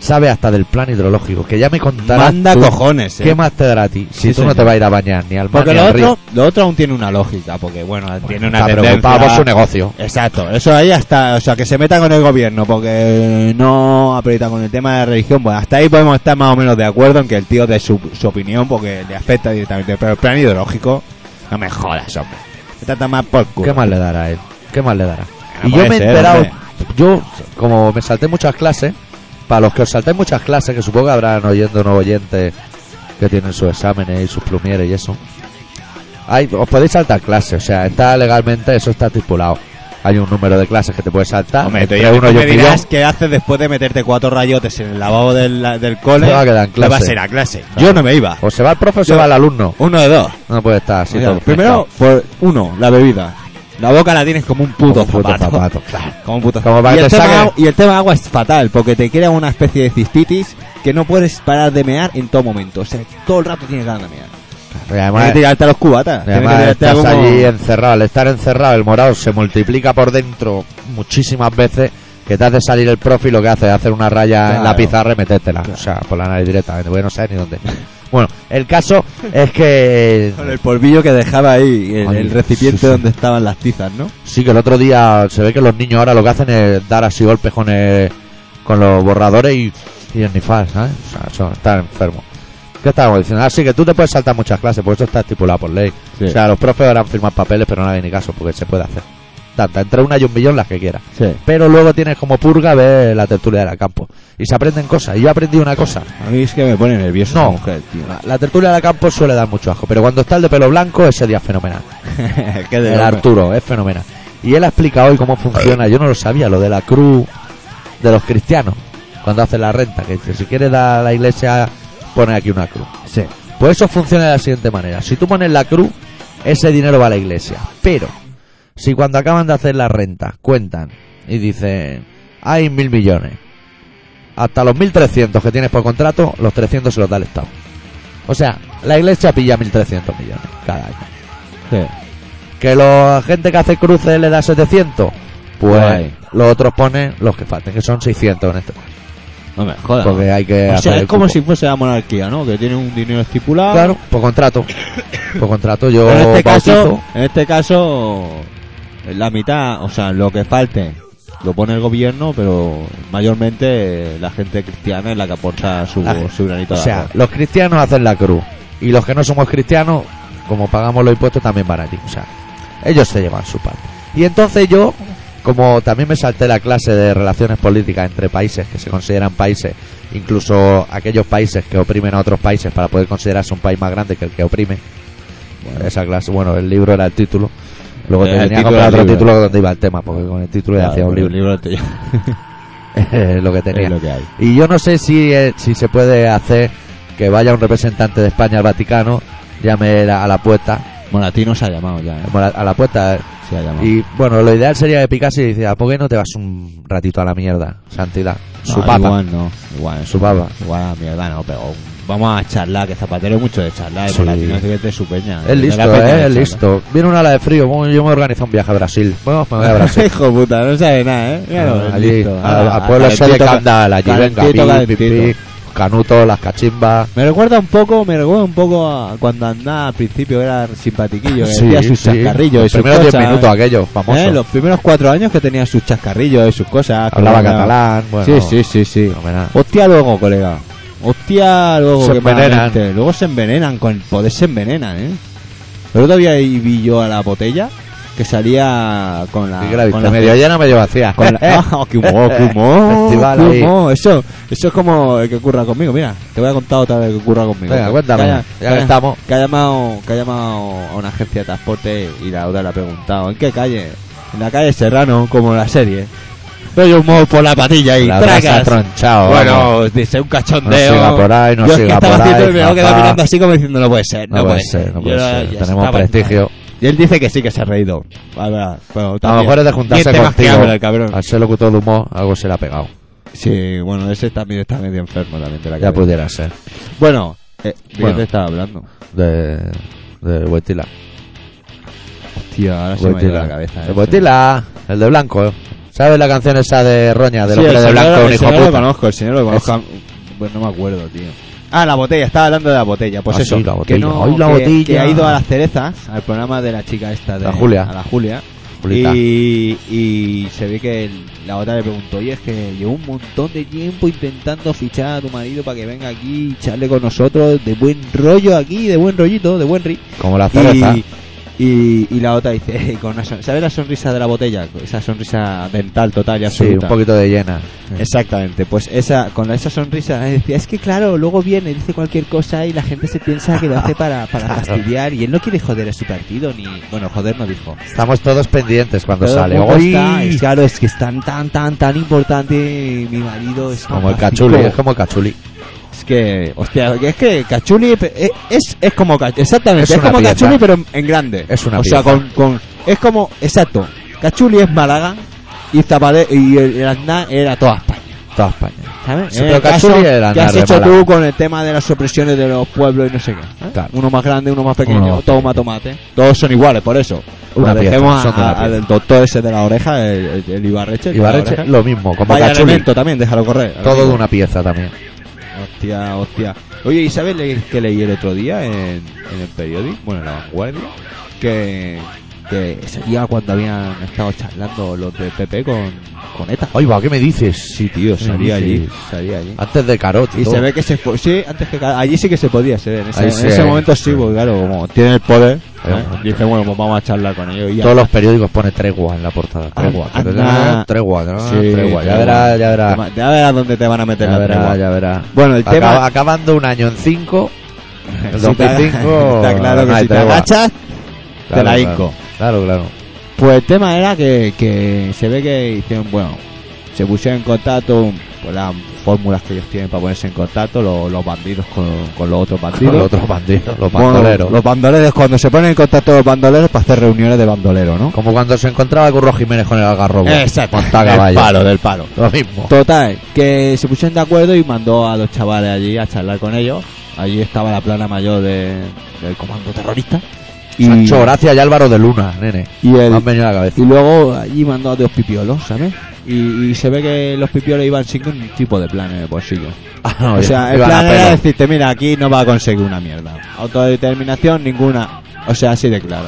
[SPEAKER 1] sabe hasta del plan hidrológico, que ya me contarás
[SPEAKER 2] Manda
[SPEAKER 1] tú
[SPEAKER 2] cojones, eh.
[SPEAKER 1] qué más te dará a ti. Si
[SPEAKER 2] Sí,
[SPEAKER 1] tú no
[SPEAKER 2] señor.
[SPEAKER 1] te vas a ir a bañar ni al mar
[SPEAKER 2] Porque
[SPEAKER 1] ni
[SPEAKER 2] lo
[SPEAKER 1] al
[SPEAKER 2] otro,
[SPEAKER 1] río.
[SPEAKER 2] lo otro aún tiene una lógica, porque bueno, tiene una
[SPEAKER 1] está preocupado por
[SPEAKER 2] tendencia-
[SPEAKER 1] su negocio.
[SPEAKER 2] Exacto, eso ahí hasta, o sea, que se meta con el gobierno, porque no aprieta con el tema de la religión. Bueno, hasta ahí podemos estar más o menos de acuerdo en que el tío dé su, su opinión, porque le afecta directamente. Pero el plan ideológico, no me jodas, hombre. Me trata más por culo.
[SPEAKER 1] ¿Qué más le dará a él? ¿Qué más le dará?
[SPEAKER 2] No
[SPEAKER 1] y yo
[SPEAKER 2] Ah, puede
[SPEAKER 1] me he
[SPEAKER 2] ser,
[SPEAKER 1] enterado,
[SPEAKER 2] hombre.
[SPEAKER 1] yo Yo, como me salté muchas clases, para los que os saltáis muchas clases, que supongo que habrán oyendo nuevos oyentes que tienen sus exámenes y sus plumieres y eso, hay, os podéis saltar clases, o sea, está legalmente, eso está estipulado. Hay un número de clases que te puedes saltar.
[SPEAKER 2] Hombre, tú
[SPEAKER 1] entre
[SPEAKER 2] ya-
[SPEAKER 1] uno
[SPEAKER 2] tú
[SPEAKER 1] y
[SPEAKER 2] me
[SPEAKER 1] un millón.
[SPEAKER 2] dirás qué haces después de meterte cuatro rayotes en el lavabo del, la- del cole.
[SPEAKER 1] Te va a quedar en
[SPEAKER 2] Te vas
[SPEAKER 1] clase.
[SPEAKER 2] a ir a clase. Yo no me iba.
[SPEAKER 1] O se va el profe o se
[SPEAKER 2] Yo-
[SPEAKER 1] va el alumno.
[SPEAKER 2] Uno de dos.
[SPEAKER 1] No puede estar así
[SPEAKER 2] Mira,
[SPEAKER 1] todo
[SPEAKER 2] primero, por uno, la bebida. La boca la tienes como un puto,
[SPEAKER 1] Como un puto zapato, claro.
[SPEAKER 2] Como un puto
[SPEAKER 1] Como para
[SPEAKER 2] y,
[SPEAKER 1] que
[SPEAKER 2] el
[SPEAKER 1] te
[SPEAKER 2] tema,
[SPEAKER 1] saquen-
[SPEAKER 2] agua- y el tema agua es fatal, porque te crea una especie de cistitis que no puedes parar de mear en todo momento. O sea, todo el rato tienes ganas de mear.
[SPEAKER 1] Y
[SPEAKER 2] Tienes
[SPEAKER 1] además,
[SPEAKER 2] que tirarte a los cubatas.
[SPEAKER 1] y
[SPEAKER 2] tienes que
[SPEAKER 1] además
[SPEAKER 2] tirarte a
[SPEAKER 1] estás
[SPEAKER 2] como-
[SPEAKER 1] allí encerrado. Al estar encerrado, el morado se multiplica por dentro muchísimas veces que te hace salir el profe y lo que hace es hacer una raya en la
[SPEAKER 2] Claro.
[SPEAKER 1] pizarra y metértela. O sea, por la nariz directamente, porque no sabes ni dónde. Bueno, el caso es que...
[SPEAKER 2] Con el polvillo que dejaba ahí, el,
[SPEAKER 1] Ay,
[SPEAKER 2] el recipiente
[SPEAKER 1] sí, sí.
[SPEAKER 2] donde estaban las tizas, ¿no?
[SPEAKER 1] Sí, que el otro día se ve que los niños ahora lo que hacen es dar así golpes con, el- con los borradores y, y esnifar, ¿sabes? O sea, son- están enfermos. ¿Qué estábamos diciendo? Así que tú te puedes saltar muchas clases, por eso está estipulado por ley.
[SPEAKER 2] Sí.
[SPEAKER 1] O sea, los profes harán firmar papeles, pero no hagan ni caso, porque se puede hacer. Tanta, entre una y un millón las que quieras.
[SPEAKER 2] Sí.
[SPEAKER 1] Pero luego tienes como purga ver la tertulia de la campo. Y se aprenden cosas. Y yo aprendí una cosa.
[SPEAKER 2] A mí es que me pone nervioso
[SPEAKER 1] No.
[SPEAKER 2] esa mujer, tío.
[SPEAKER 1] La, la tertulia de la campo suele dar mucho asco, pero cuando está el de pelo blanco, ese día es fenomenal.
[SPEAKER 2] Qué de
[SPEAKER 1] El
[SPEAKER 2] hombre.
[SPEAKER 1] Arturo, es fenomenal. Y él ha explicado hoy cómo funciona, yo no lo sabía, lo de la cruz de los cristianos, cuando hacen la renta, que dice, si quieres dar a la iglesia, pone aquí una cruz.
[SPEAKER 2] Sí.
[SPEAKER 1] Pues eso funciona de la siguiente manera. Si tú pones la cruz, ese dinero va a la iglesia. Pero, si cuando acaban de hacer la renta, cuentan y dicen, hay mil millones, hasta los 1.300 que tienes por contrato, los 300 se los da el Estado. O sea, la iglesia pilla 1.300 millones cada año.
[SPEAKER 2] Sí.
[SPEAKER 1] Que la gente que hace cruces le da 700. Pues
[SPEAKER 2] Guay.
[SPEAKER 1] los otros ponen los que falten, que son 600 en este.
[SPEAKER 2] No me jodas.
[SPEAKER 1] Porque hay que.
[SPEAKER 2] O
[SPEAKER 1] hacer
[SPEAKER 2] sea, es
[SPEAKER 1] el
[SPEAKER 2] como
[SPEAKER 1] cupo.
[SPEAKER 2] si fuese la monarquía, ¿no? Que tiene un dinero estipulado.
[SPEAKER 1] Claro, por contrato. Por contrato, yo.
[SPEAKER 2] Pero en este caso,
[SPEAKER 1] bautizo.
[SPEAKER 2] en este caso, la mitad, o sea, lo que falte lo pone el gobierno, pero mayormente la gente cristiana es la que aporta su,
[SPEAKER 1] La gente-
[SPEAKER 2] su granito
[SPEAKER 1] Ah, O
[SPEAKER 2] de
[SPEAKER 1] sea,
[SPEAKER 2] arroz.
[SPEAKER 1] los cristianos hacen la cruz. Y los que no somos cristianos, como pagamos los impuestos, también van allí. O sea, ellos se llevan su parte. Y entonces yo, como también me salté la clase de relaciones políticas entre países que se consideran países, incluso aquellos países que oprimen a otros países para poder considerarse un país más grande que el que oprime. Bueno, esa clase, bueno, el libro era el título. Luego
[SPEAKER 2] Era Eh,
[SPEAKER 1] tenía
[SPEAKER 2] el
[SPEAKER 1] que
[SPEAKER 2] título
[SPEAKER 1] comprar
[SPEAKER 2] del
[SPEAKER 1] otro
[SPEAKER 2] libro.
[SPEAKER 1] título donde iba el tema, porque con el título ya
[SPEAKER 2] Claro,
[SPEAKER 1] hacía un
[SPEAKER 2] el
[SPEAKER 1] libro.
[SPEAKER 2] libro te-
[SPEAKER 1] lo que tenía.
[SPEAKER 2] es lo que hay.
[SPEAKER 1] Y yo no sé si, eh, si se puede hacer que vaya un representante de España al Vaticano, llame la- a la puerta,
[SPEAKER 2] Bueno, a ti no se ha llamado ya, ¿eh?
[SPEAKER 1] a la, a la puerta. eh.
[SPEAKER 2] Se ha llamado.
[SPEAKER 1] Y bueno, lo ideal sería que Picasso dijera, ¿por qué no te vas un ratito a la mierda, santidad?
[SPEAKER 2] No,
[SPEAKER 1] Su papa.
[SPEAKER 2] Ah, Igual no, igual,
[SPEAKER 1] Su papa.
[SPEAKER 2] igual a mierda no, pero vamos a charlar, que Zapatero es mucho de charlar,
[SPEAKER 1] Sí.
[SPEAKER 2] por latino es que es de su peña.
[SPEAKER 1] Es
[SPEAKER 2] de la
[SPEAKER 1] listo,
[SPEAKER 2] peña de
[SPEAKER 1] eh, es
[SPEAKER 2] charlar.
[SPEAKER 1] listo. Viene una ala de frío, bueno, yo me organizo un viaje a Brasil. Bueno, me voy a Brasil.
[SPEAKER 2] Hijo puta, no sabe nada, ¿eh? Míralo, es
[SPEAKER 1] allí,
[SPEAKER 2] listo.
[SPEAKER 1] a,
[SPEAKER 2] Ah,
[SPEAKER 1] a pueblo ese de
[SPEAKER 2] calentito,
[SPEAKER 1] Candal, allí venga,
[SPEAKER 2] calentito,
[SPEAKER 1] pi, pi,
[SPEAKER 2] calentito.
[SPEAKER 1] pi, canuto, las cachimbas.
[SPEAKER 2] Me recuerda un poco, me recuerda un poco a cuando andaba al principio era simpatiquillo, que
[SPEAKER 1] Sí,
[SPEAKER 2] hacía sus
[SPEAKER 1] sí.
[SPEAKER 2] chascarrillos y
[SPEAKER 1] Los
[SPEAKER 2] sus
[SPEAKER 1] primeros
[SPEAKER 2] cosas.
[SPEAKER 1] 10 minutos aquellos, famosos.
[SPEAKER 2] ¿eh? Los primeros cuatro años que tenía sus chascarrillos y sus cosas. que
[SPEAKER 1] Hablaba
[SPEAKER 2] andaba-
[SPEAKER 1] catalán, bueno.
[SPEAKER 2] sí, sí, sí, sí.
[SPEAKER 1] fenomenal.
[SPEAKER 2] Hostia luego, colega. Hostia luego.
[SPEAKER 1] Se
[SPEAKER 2] que malamente.
[SPEAKER 1] envenenan.
[SPEAKER 2] Luego se envenenan, con el poder se envenenan, ¿eh? Pero todavía ahí vi yo a la botella que salía con la...
[SPEAKER 1] Sí que Ah, la he
[SPEAKER 2] con
[SPEAKER 1] visto, medio llena, medio vacía.
[SPEAKER 2] con la- ¡Ah, qué humor, qué humor!
[SPEAKER 1] Festival
[SPEAKER 2] qué
[SPEAKER 1] ahí.
[SPEAKER 2] humor. Eso, eso es como el que ocurra conmigo. Mira, te voy a contar otra vez que ocurra conmigo.
[SPEAKER 1] Venga,
[SPEAKER 2] Que-
[SPEAKER 1] cuéntame,
[SPEAKER 2] que
[SPEAKER 1] ya que estamos.
[SPEAKER 2] Que ha, llamado, que ha llamado a una agencia de transporte y la otra le ha preguntado, ¿en qué calle? En la calle Serrano, como la serie. Pero yo humor por la patilla ahí,
[SPEAKER 1] La
[SPEAKER 2] tracas.
[SPEAKER 1] habrás atronchado, vamos.
[SPEAKER 2] Bueno, dice un cachondeo.
[SPEAKER 1] No siga por ahí, no
[SPEAKER 2] yo es que
[SPEAKER 1] siga
[SPEAKER 2] estaba
[SPEAKER 1] por
[SPEAKER 2] haciendo
[SPEAKER 1] ahí,
[SPEAKER 2] el me
[SPEAKER 1] papá.
[SPEAKER 2] quedaba mirando así como diciendo, no puede ser, no,
[SPEAKER 1] no puede ser, no puede
[SPEAKER 2] Yo,
[SPEAKER 1] ser.
[SPEAKER 2] ya
[SPEAKER 1] Tenemos
[SPEAKER 2] estaba-
[SPEAKER 1] prestigio.
[SPEAKER 2] Y él dice que sí, que se ha reído. A ver, pero
[SPEAKER 1] A lo
[SPEAKER 2] también-
[SPEAKER 1] mejor es de juntarse
[SPEAKER 2] Miente más que
[SPEAKER 1] contigo.
[SPEAKER 2] habla, el cabrón.
[SPEAKER 1] Al ser locutor de humor, algo se le ha pegado.
[SPEAKER 2] Sí, bueno, ese también está medio enfermo también de la
[SPEAKER 1] Ya
[SPEAKER 2] cabeza.
[SPEAKER 1] pudiera ser.
[SPEAKER 2] Bueno, eh, ¿de qué
[SPEAKER 1] Bueno.
[SPEAKER 2] te estaba hablando?
[SPEAKER 1] De. De Huetila.
[SPEAKER 2] Tío, ahora se me ha ido la
[SPEAKER 1] Huetila.
[SPEAKER 2] cabeza. eh,
[SPEAKER 1] De Huetila, el de blanco. ¿eh? ¿Sabes la canción esa de Roña, del
[SPEAKER 2] Sí,
[SPEAKER 1] hombre
[SPEAKER 2] el
[SPEAKER 1] de
[SPEAKER 2] señor-
[SPEAKER 1] blanco, un
[SPEAKER 2] el
[SPEAKER 1] hijo
[SPEAKER 2] señor lo
[SPEAKER 1] puta?
[SPEAKER 2] conozco, el señor lo conozco. Pues no me acuerdo, tío. Ah, la botella, estaba hablando de la botella. Pues
[SPEAKER 1] Ah,
[SPEAKER 2] eso,
[SPEAKER 1] sí, la
[SPEAKER 2] que
[SPEAKER 1] botella.
[SPEAKER 2] no,
[SPEAKER 1] Ay, la
[SPEAKER 2] que,
[SPEAKER 1] botella.
[SPEAKER 2] que ha ido a las cerezas, al programa de la chica esta de
[SPEAKER 1] La Julia.
[SPEAKER 2] A la Julia.
[SPEAKER 1] Julita.
[SPEAKER 2] Y, y se ve que el- la otra le preguntó, oye, es que llevo un montón de tiempo intentando fichar a tu marido para que venga aquí y charle con nosotros de buen rollo aquí, de buen rollito, de buen ri.
[SPEAKER 1] Como la cereza.
[SPEAKER 2] Y, Y, y la otra dice, con una son- ¿sabes la sonrisa de la botella? Esa sonrisa dental total
[SPEAKER 1] Sí,
[SPEAKER 2] y absoluta.
[SPEAKER 1] un poquito de llena.
[SPEAKER 2] Exactamente, pues esa con esa sonrisa eh, decía, es que claro, luego viene, dice cualquier cosa y la gente se piensa que lo hace para, para fastidiar y él no quiere joder a su partido ni... Bueno, joder no dijo.
[SPEAKER 1] Estamos todos pendientes cuando
[SPEAKER 2] Todo el
[SPEAKER 1] sale.
[SPEAKER 2] mundo
[SPEAKER 1] ¡Uy!
[SPEAKER 2] está, es claro, es que es tan, tan, tan, tan importante mi marido. Es
[SPEAKER 1] Como el
[SPEAKER 2] fantástico.
[SPEAKER 1] cachuli, es como cachuli.
[SPEAKER 2] Es que, hostia, que es que Cachuli pe- eh, es, es como Cach- exactamente,
[SPEAKER 1] Es
[SPEAKER 2] es,
[SPEAKER 1] una
[SPEAKER 2] como
[SPEAKER 1] pieza.
[SPEAKER 2] Cachuli pero en, en grande.
[SPEAKER 1] Es una
[SPEAKER 2] O sea,
[SPEAKER 1] pieza.
[SPEAKER 2] con, con- es como exacto. Cachuli es Málaga y Zapade y el, el Aznar era toda España.
[SPEAKER 1] Toda España.
[SPEAKER 2] ¿Sabes?
[SPEAKER 1] Sí,
[SPEAKER 2] En
[SPEAKER 1] pero
[SPEAKER 2] el caso
[SPEAKER 1] Cachuli era
[SPEAKER 2] que has
[SPEAKER 1] Aznar de
[SPEAKER 2] hecho
[SPEAKER 1] Málaga.
[SPEAKER 2] tú con el tema de las opresiones de los pueblos y no sé qué. ¿eh?
[SPEAKER 1] Claro.
[SPEAKER 2] Uno más grande, uno más pequeño,
[SPEAKER 1] Uno más
[SPEAKER 2] toma tomate. Todos son iguales, por eso.
[SPEAKER 1] Una
[SPEAKER 2] Bueno,
[SPEAKER 1] pieza,
[SPEAKER 2] dejemos
[SPEAKER 1] son de
[SPEAKER 2] a-
[SPEAKER 1] una
[SPEAKER 2] a-
[SPEAKER 1] pieza.
[SPEAKER 2] al doctor ese de la oreja, el, el- el Ibarreche. el de la
[SPEAKER 1] Ibarreche,
[SPEAKER 2] oreja.
[SPEAKER 1] lo mismo, como
[SPEAKER 2] eh? Vaya
[SPEAKER 1] cachuli.
[SPEAKER 2] elemento también, déjalo correr.
[SPEAKER 1] Todo de una pieza también.
[SPEAKER 2] Hostia, hostia. Oye, ¿y sabes le- que leí el otro día en, en el periódico? Bueno, en la vanguardia. Que, que ese día cuando habían estado charlando los de PP con, con ETA.
[SPEAKER 1] Oye, va, ¿qué me dices?
[SPEAKER 2] Sí, tío, salía
[SPEAKER 1] Sí.
[SPEAKER 2] allí. Salía allí.
[SPEAKER 1] Antes de Carot y
[SPEAKER 2] Y
[SPEAKER 1] todo.
[SPEAKER 2] se ve que se fue. Sí, antes que. ca- Allí sí que se podía ser. En ese,
[SPEAKER 1] Ahí
[SPEAKER 2] en
[SPEAKER 1] sí,
[SPEAKER 2] ese
[SPEAKER 1] ahí.
[SPEAKER 2] momento sí, porque claro, como tiene el poder.
[SPEAKER 1] Ahí
[SPEAKER 2] ¿eh?
[SPEAKER 1] vamos.
[SPEAKER 2] Dice, bueno, pues vamos a charlar con ellos. Y ya. Ah,
[SPEAKER 1] Todos los periódicos pone tregua en la portada. Tregua. Tregua,
[SPEAKER 2] Anda.
[SPEAKER 1] tregua, ¿no?
[SPEAKER 2] Sí,
[SPEAKER 1] tregua. Ya
[SPEAKER 2] tregua.
[SPEAKER 1] verás, ya verás.
[SPEAKER 2] Ya verás dónde te van a meter
[SPEAKER 1] Ya
[SPEAKER 2] la
[SPEAKER 1] verás,
[SPEAKER 2] tregua.
[SPEAKER 1] ya verás.
[SPEAKER 2] Bueno, el tema.
[SPEAKER 1] Acaba- acabando un año en 5, el
[SPEAKER 2] Si te-
[SPEAKER 1] 2005.
[SPEAKER 2] está claro que
[SPEAKER 1] no hay
[SPEAKER 2] si te
[SPEAKER 1] tregua.
[SPEAKER 2] agachas,
[SPEAKER 1] Claro,
[SPEAKER 2] la
[SPEAKER 1] claro.
[SPEAKER 2] hinco.
[SPEAKER 1] Claro, claro.
[SPEAKER 2] Pues el tema era que, que se ve que hicieron, bueno, se pusieron en contacto, pues las fórmulas que ellos tienen para ponerse en contacto, lo- los bandidos con, con los otros bandidos.
[SPEAKER 1] Con los otros bandidos, los
[SPEAKER 2] Bueno,
[SPEAKER 1] bandoleros.
[SPEAKER 2] los bandoleros, cuando se ponen en contacto los bandoleros para hacer reuniones de bandoleros, ¿no?
[SPEAKER 1] Como cuando se encontraba Curro Jiménez con el algarrobo. Monta a
[SPEAKER 2] Del
[SPEAKER 1] caballo.
[SPEAKER 2] palo, del palo.
[SPEAKER 1] Lo mismo.
[SPEAKER 2] Total, que se pusieron de acuerdo y mandó a los chavales allí a charlar con ellos. Allí estaba la plana mayor de- del comando terrorista. Y,
[SPEAKER 1] Sancho Gracia y Álvaro de Luna, nene.
[SPEAKER 2] y
[SPEAKER 1] Me
[SPEAKER 2] el,
[SPEAKER 1] han venido a la cabeza.
[SPEAKER 2] Y luego allí mandó a dos pipiolos, ¿sabes? Y, y se ve que los pipiolos iban sin ningún tipo de plan en el bolsillo.
[SPEAKER 1] Ah, no,
[SPEAKER 2] o sea, el
[SPEAKER 1] iban a
[SPEAKER 2] plan era
[SPEAKER 1] pelo.
[SPEAKER 2] decirte, mira, aquí no va a conseguir una mierda. Autodeterminación ninguna. O sea, así de claro.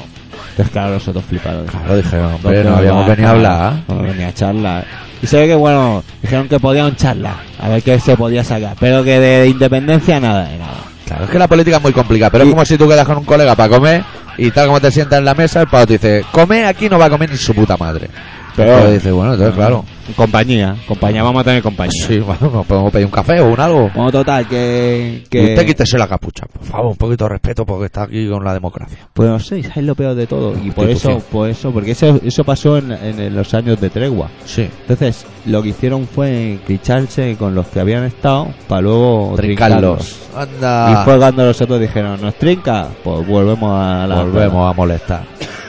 [SPEAKER 2] Entonces, claro, los otros fliparon.
[SPEAKER 1] Claro, dije, hombre,
[SPEAKER 2] ¿Dónde
[SPEAKER 1] no
[SPEAKER 2] nos
[SPEAKER 1] habíamos
[SPEAKER 2] va?
[SPEAKER 1] venido a hablar. ¿eh?
[SPEAKER 2] No venía a charlar. Y se ve que, bueno, dijeron que podían charlar. A ver qué se podía sacar. Pero que de independencia nada de nada.
[SPEAKER 1] Claro, es que la política es muy complicada, pero
[SPEAKER 2] Y-
[SPEAKER 1] es como si tú quedas con un colega para comer y tal como te sientas en la mesa, el pavo te dice, come aquí no va a comer ni su puta madre.
[SPEAKER 2] Pero-
[SPEAKER 1] Pero dice, bueno, entonces claro.
[SPEAKER 2] Compañía. Compañía, vamos a tener compañía.
[SPEAKER 1] Sí, bueno, nos podemos pedir un café o un algo.
[SPEAKER 2] Bueno, total, que... que...
[SPEAKER 1] Y usted quítese la capucha, por favor, un poquito de respeto porque está aquí con la democracia.
[SPEAKER 2] Pues no sé, es lo peor de todo. Y por
[SPEAKER 1] Constitución.
[SPEAKER 2] eso, por eso, porque eso, eso pasó en, en- en los años de tregua.
[SPEAKER 1] Sí.
[SPEAKER 2] Entonces, lo que hicieron fue cricharse con los que habían estado para luego trincarlos.
[SPEAKER 1] Trincarlos. Ah. Anda.
[SPEAKER 2] Y fue cuando los otros dijeron, nos trinca, pues volvemos a la...
[SPEAKER 1] Volvemos a molestar.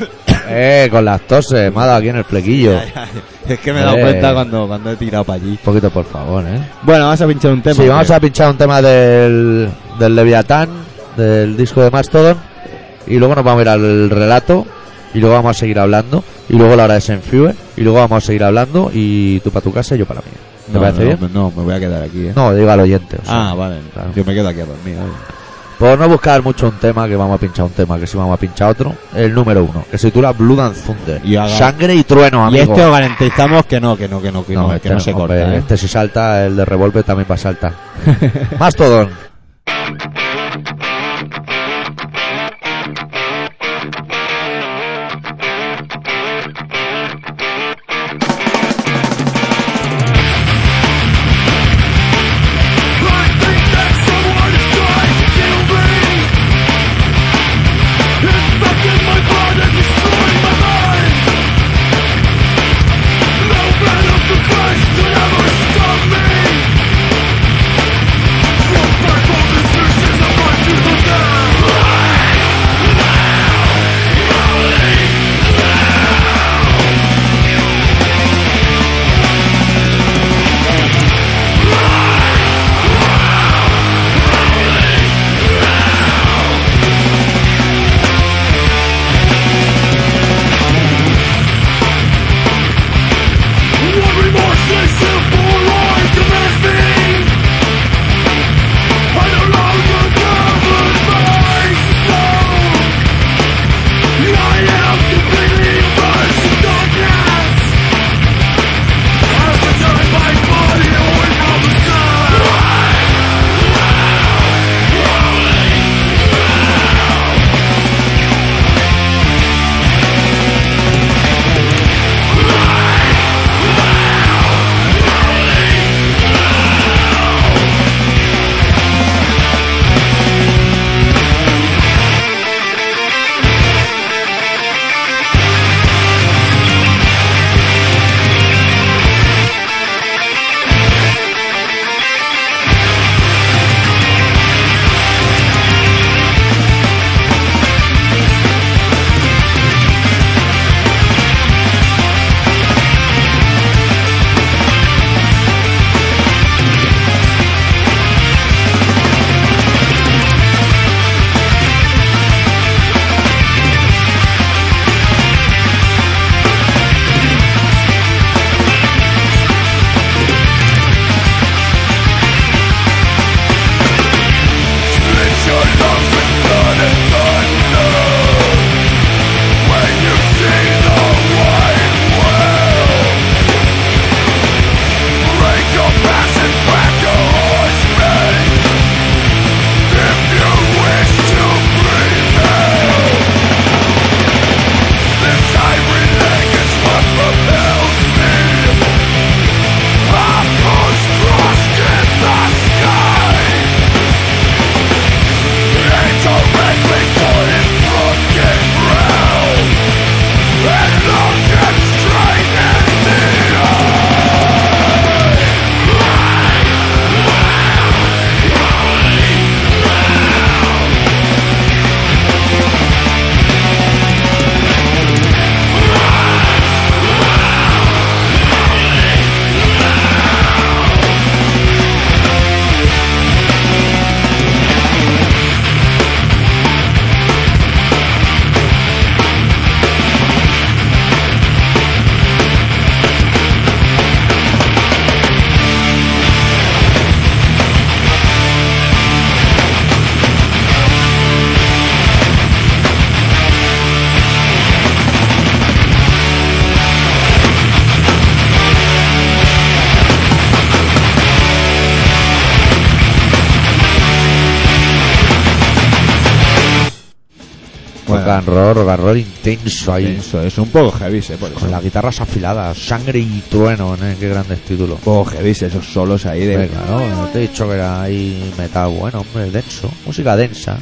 [SPEAKER 1] eh, con las toses, me ha dado aquí en el flequillo. Un
[SPEAKER 2] Es que me he dado
[SPEAKER 1] Eh.
[SPEAKER 2] cuenta cuando, cuando he tirado para allí.
[SPEAKER 1] poquito, por favor, eh.
[SPEAKER 2] Bueno, vamos a pinchar un tema.
[SPEAKER 1] Sí, vamos
[SPEAKER 2] que-
[SPEAKER 1] a pinchar un tema del, del Leviatán, del disco de Mastodon, y luego nos vamos a ir al relato, y luego vamos a seguir hablando, y luego la hora de Senfue, y luego vamos a seguir hablando, y tú para tu casa y yo para la mía. ¿Te
[SPEAKER 2] no,
[SPEAKER 1] parece
[SPEAKER 2] no,
[SPEAKER 1] bien?
[SPEAKER 2] me- No, me voy a quedar aquí, ¿eh?
[SPEAKER 1] No, diga al oyente. o sea,
[SPEAKER 2] Ah, vale.
[SPEAKER 1] Claro.
[SPEAKER 2] Yo me quedo aquí a dormir. oye.
[SPEAKER 1] Por no buscar mucho un tema, que vamos a pinchar un tema, que si vamos a pinchar otro, el número uno, que se titula Blood and Thunder.
[SPEAKER 2] Y haga-
[SPEAKER 1] Sangre y trueno,
[SPEAKER 2] Y este
[SPEAKER 1] amigo.
[SPEAKER 2] esto garantizamos que no, que no, que no, que no, que no se
[SPEAKER 1] hombre,
[SPEAKER 2] corte. ¿eh?
[SPEAKER 1] Este si salta, el de Revolver también va a saltar. Mastodon.
[SPEAKER 4] Stop me! You fuck
[SPEAKER 1] rock and roll, rock and roll intenso ahí.
[SPEAKER 2] Eso es un poco heavy, eh, por eso.
[SPEAKER 1] Con las guitarras afiladas, sangre y trueno, ¿no? qué grandes títulos.
[SPEAKER 2] Un poco heavy, Pues, esos solos ahí de.
[SPEAKER 1] Hombre, claro, no te he dicho que era ahí metal bueno, hombre, denso, música densa.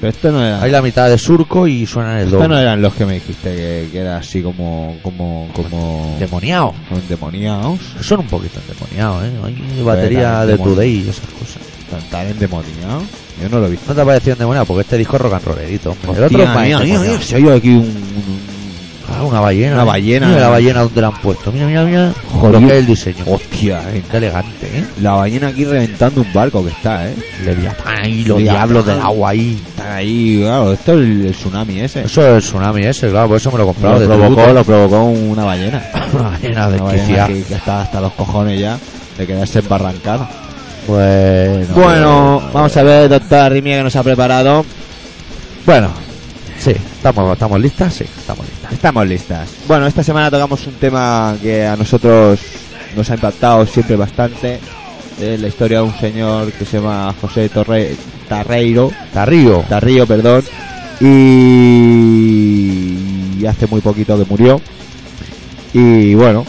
[SPEAKER 2] Pero esto no era.
[SPEAKER 1] Hay la mitad de surco y suena el
[SPEAKER 2] Estos no
[SPEAKER 1] doble.
[SPEAKER 2] eran los que me dijiste que, que era así como. como. como.
[SPEAKER 1] Demoniado.
[SPEAKER 2] endemoniados.
[SPEAKER 1] Son un poquito endemoniados, ¿eh? Hay
[SPEAKER 2] Era
[SPEAKER 1] batería de
[SPEAKER 2] demonio.
[SPEAKER 1] Today y esas cosas.
[SPEAKER 2] Tan, tan endemoniados. Yo no lo he visto.
[SPEAKER 1] ¿No te ha parecido endemoniado? Porque este disco es rock and rollerito. hombre. el otro
[SPEAKER 2] Hostia,
[SPEAKER 1] es más
[SPEAKER 2] mira, mira,
[SPEAKER 1] endemoniado.
[SPEAKER 2] mira, se ha ido aquí un- un
[SPEAKER 1] Ah, una ballena.
[SPEAKER 2] Una
[SPEAKER 1] ¿eh?
[SPEAKER 2] ballena.
[SPEAKER 1] Mira la ballena donde la han puesto. Mira, mira, mira.
[SPEAKER 2] Joder.
[SPEAKER 1] Lo que es el diseño.
[SPEAKER 2] Hostia, eh.
[SPEAKER 1] Qué elegante, ¿eh?
[SPEAKER 2] La ballena aquí reventando un barco que está, ¿eh?
[SPEAKER 1] Leviatán y los
[SPEAKER 2] Leviatán.
[SPEAKER 1] diablos del agua ahí.
[SPEAKER 2] Están ahí, claro, esto es el, el tsunami ese.
[SPEAKER 1] Eso es el tsunami ese, claro, por eso me lo compraron
[SPEAKER 2] lo,
[SPEAKER 1] de
[SPEAKER 2] provocó,
[SPEAKER 1] tributo.
[SPEAKER 2] lo provocó una ballena.
[SPEAKER 1] Una ballena
[SPEAKER 2] Una ballena
[SPEAKER 1] desquiciada.
[SPEAKER 2] que, que está hasta los cojones ya de quedarse embarrancada.
[SPEAKER 1] Bueno,
[SPEAKER 2] bueno, vamos a ver, doctor Rimia, que nos ha preparado. Bueno,
[SPEAKER 1] Sí, estamos, estamos listas, sí, estamos listas.
[SPEAKER 2] estamos listas. Bueno, esta semana tocamos un tema que a nosotros nos ha impactado siempre bastante. Es la historia de un señor que se llama José Torre Tarreiro.
[SPEAKER 1] Tarrío.
[SPEAKER 2] Tarrillo, perdón. Y hace muy poquito que murió. Y bueno,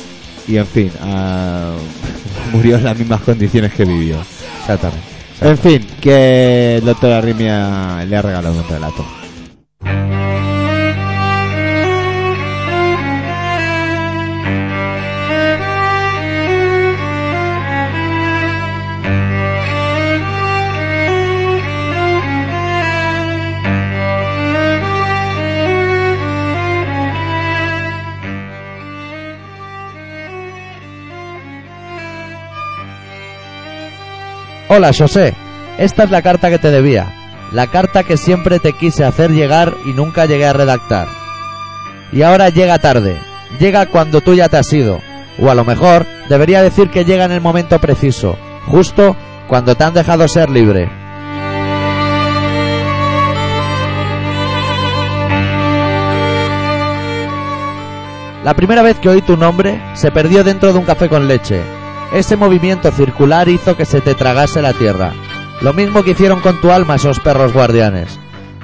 [SPEAKER 2] y en fin, ah, murió en las mismas condiciones que vivió.
[SPEAKER 1] Exactamente.
[SPEAKER 2] En fin, que el doctor Arrimia le ha regalado un relato.
[SPEAKER 1] Hola, José. Esta es la carta que te debía. La carta que siempre te quise hacer llegar y nunca llegué a redactar. Y ahora llega tarde. Llega cuando tú ya te has ido. O a lo mejor debería decir que llega en el momento preciso. Justo cuando te han dejado ser libre. La primera vez que oí tu nombre se perdió dentro de un café con leche. Ese movimiento circular hizo que se te tragase la tierra. Lo mismo que hicieron con tu alma esos perros guardianes.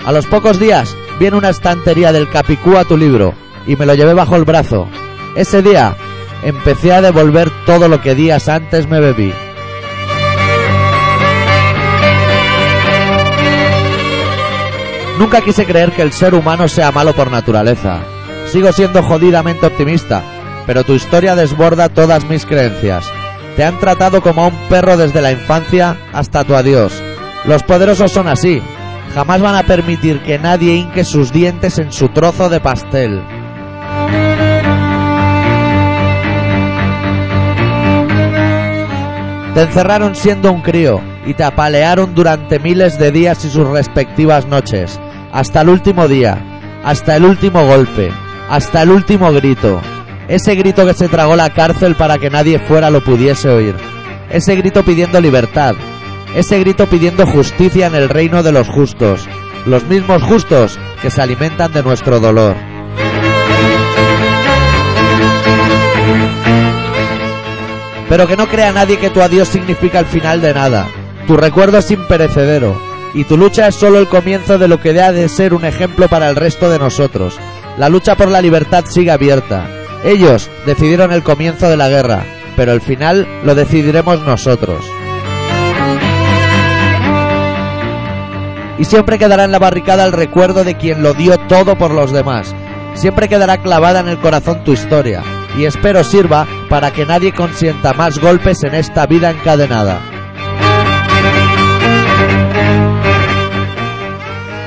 [SPEAKER 1] A los pocos días viene una estantería del Capicú a tu libro y me lo llevé bajo el brazo. Ese día empecé a devolver todo lo que días antes me bebí. Nunca quise creer que el ser humano sea malo por naturaleza. Sigo siendo jodidamente optimista, pero tu historia desborda todas mis creencias. Te han tratado como a un perro desde la infancia hasta tu adiós. Los poderosos son así. Jamás van a permitir que nadie hinque sus dientes en su trozo de pastel. Te encerraron siendo un crío y te apalearon durante miles de días y sus respectivas noches, hasta el último día, hasta el último golpe, hasta el último grito, ese grito que se tragó la cárcel para que nadie fuera lo pudiese oír, ese grito pidiendo libertad, ese grito pidiendo justicia en el reino de los justos, los mismos justos que se alimentan de nuestro dolor. Pero que no crea nadie que tu adiós significa el final de nada. Tu recuerdo es imperecedero y tu lucha es solo el comienzo de lo que debe de ser un ejemplo para el resto de nosotros. La lucha por la libertad sigue abierta. Ellos decidieron el comienzo de la guerra, pero el final lo decidiremos nosotros. y siempre quedará en la barricada el recuerdo de quien lo dio todo por los demás. Siempre quedará clavada en el corazón tu historia y espero sirva para que nadie consienta más golpes en esta vida encadenada.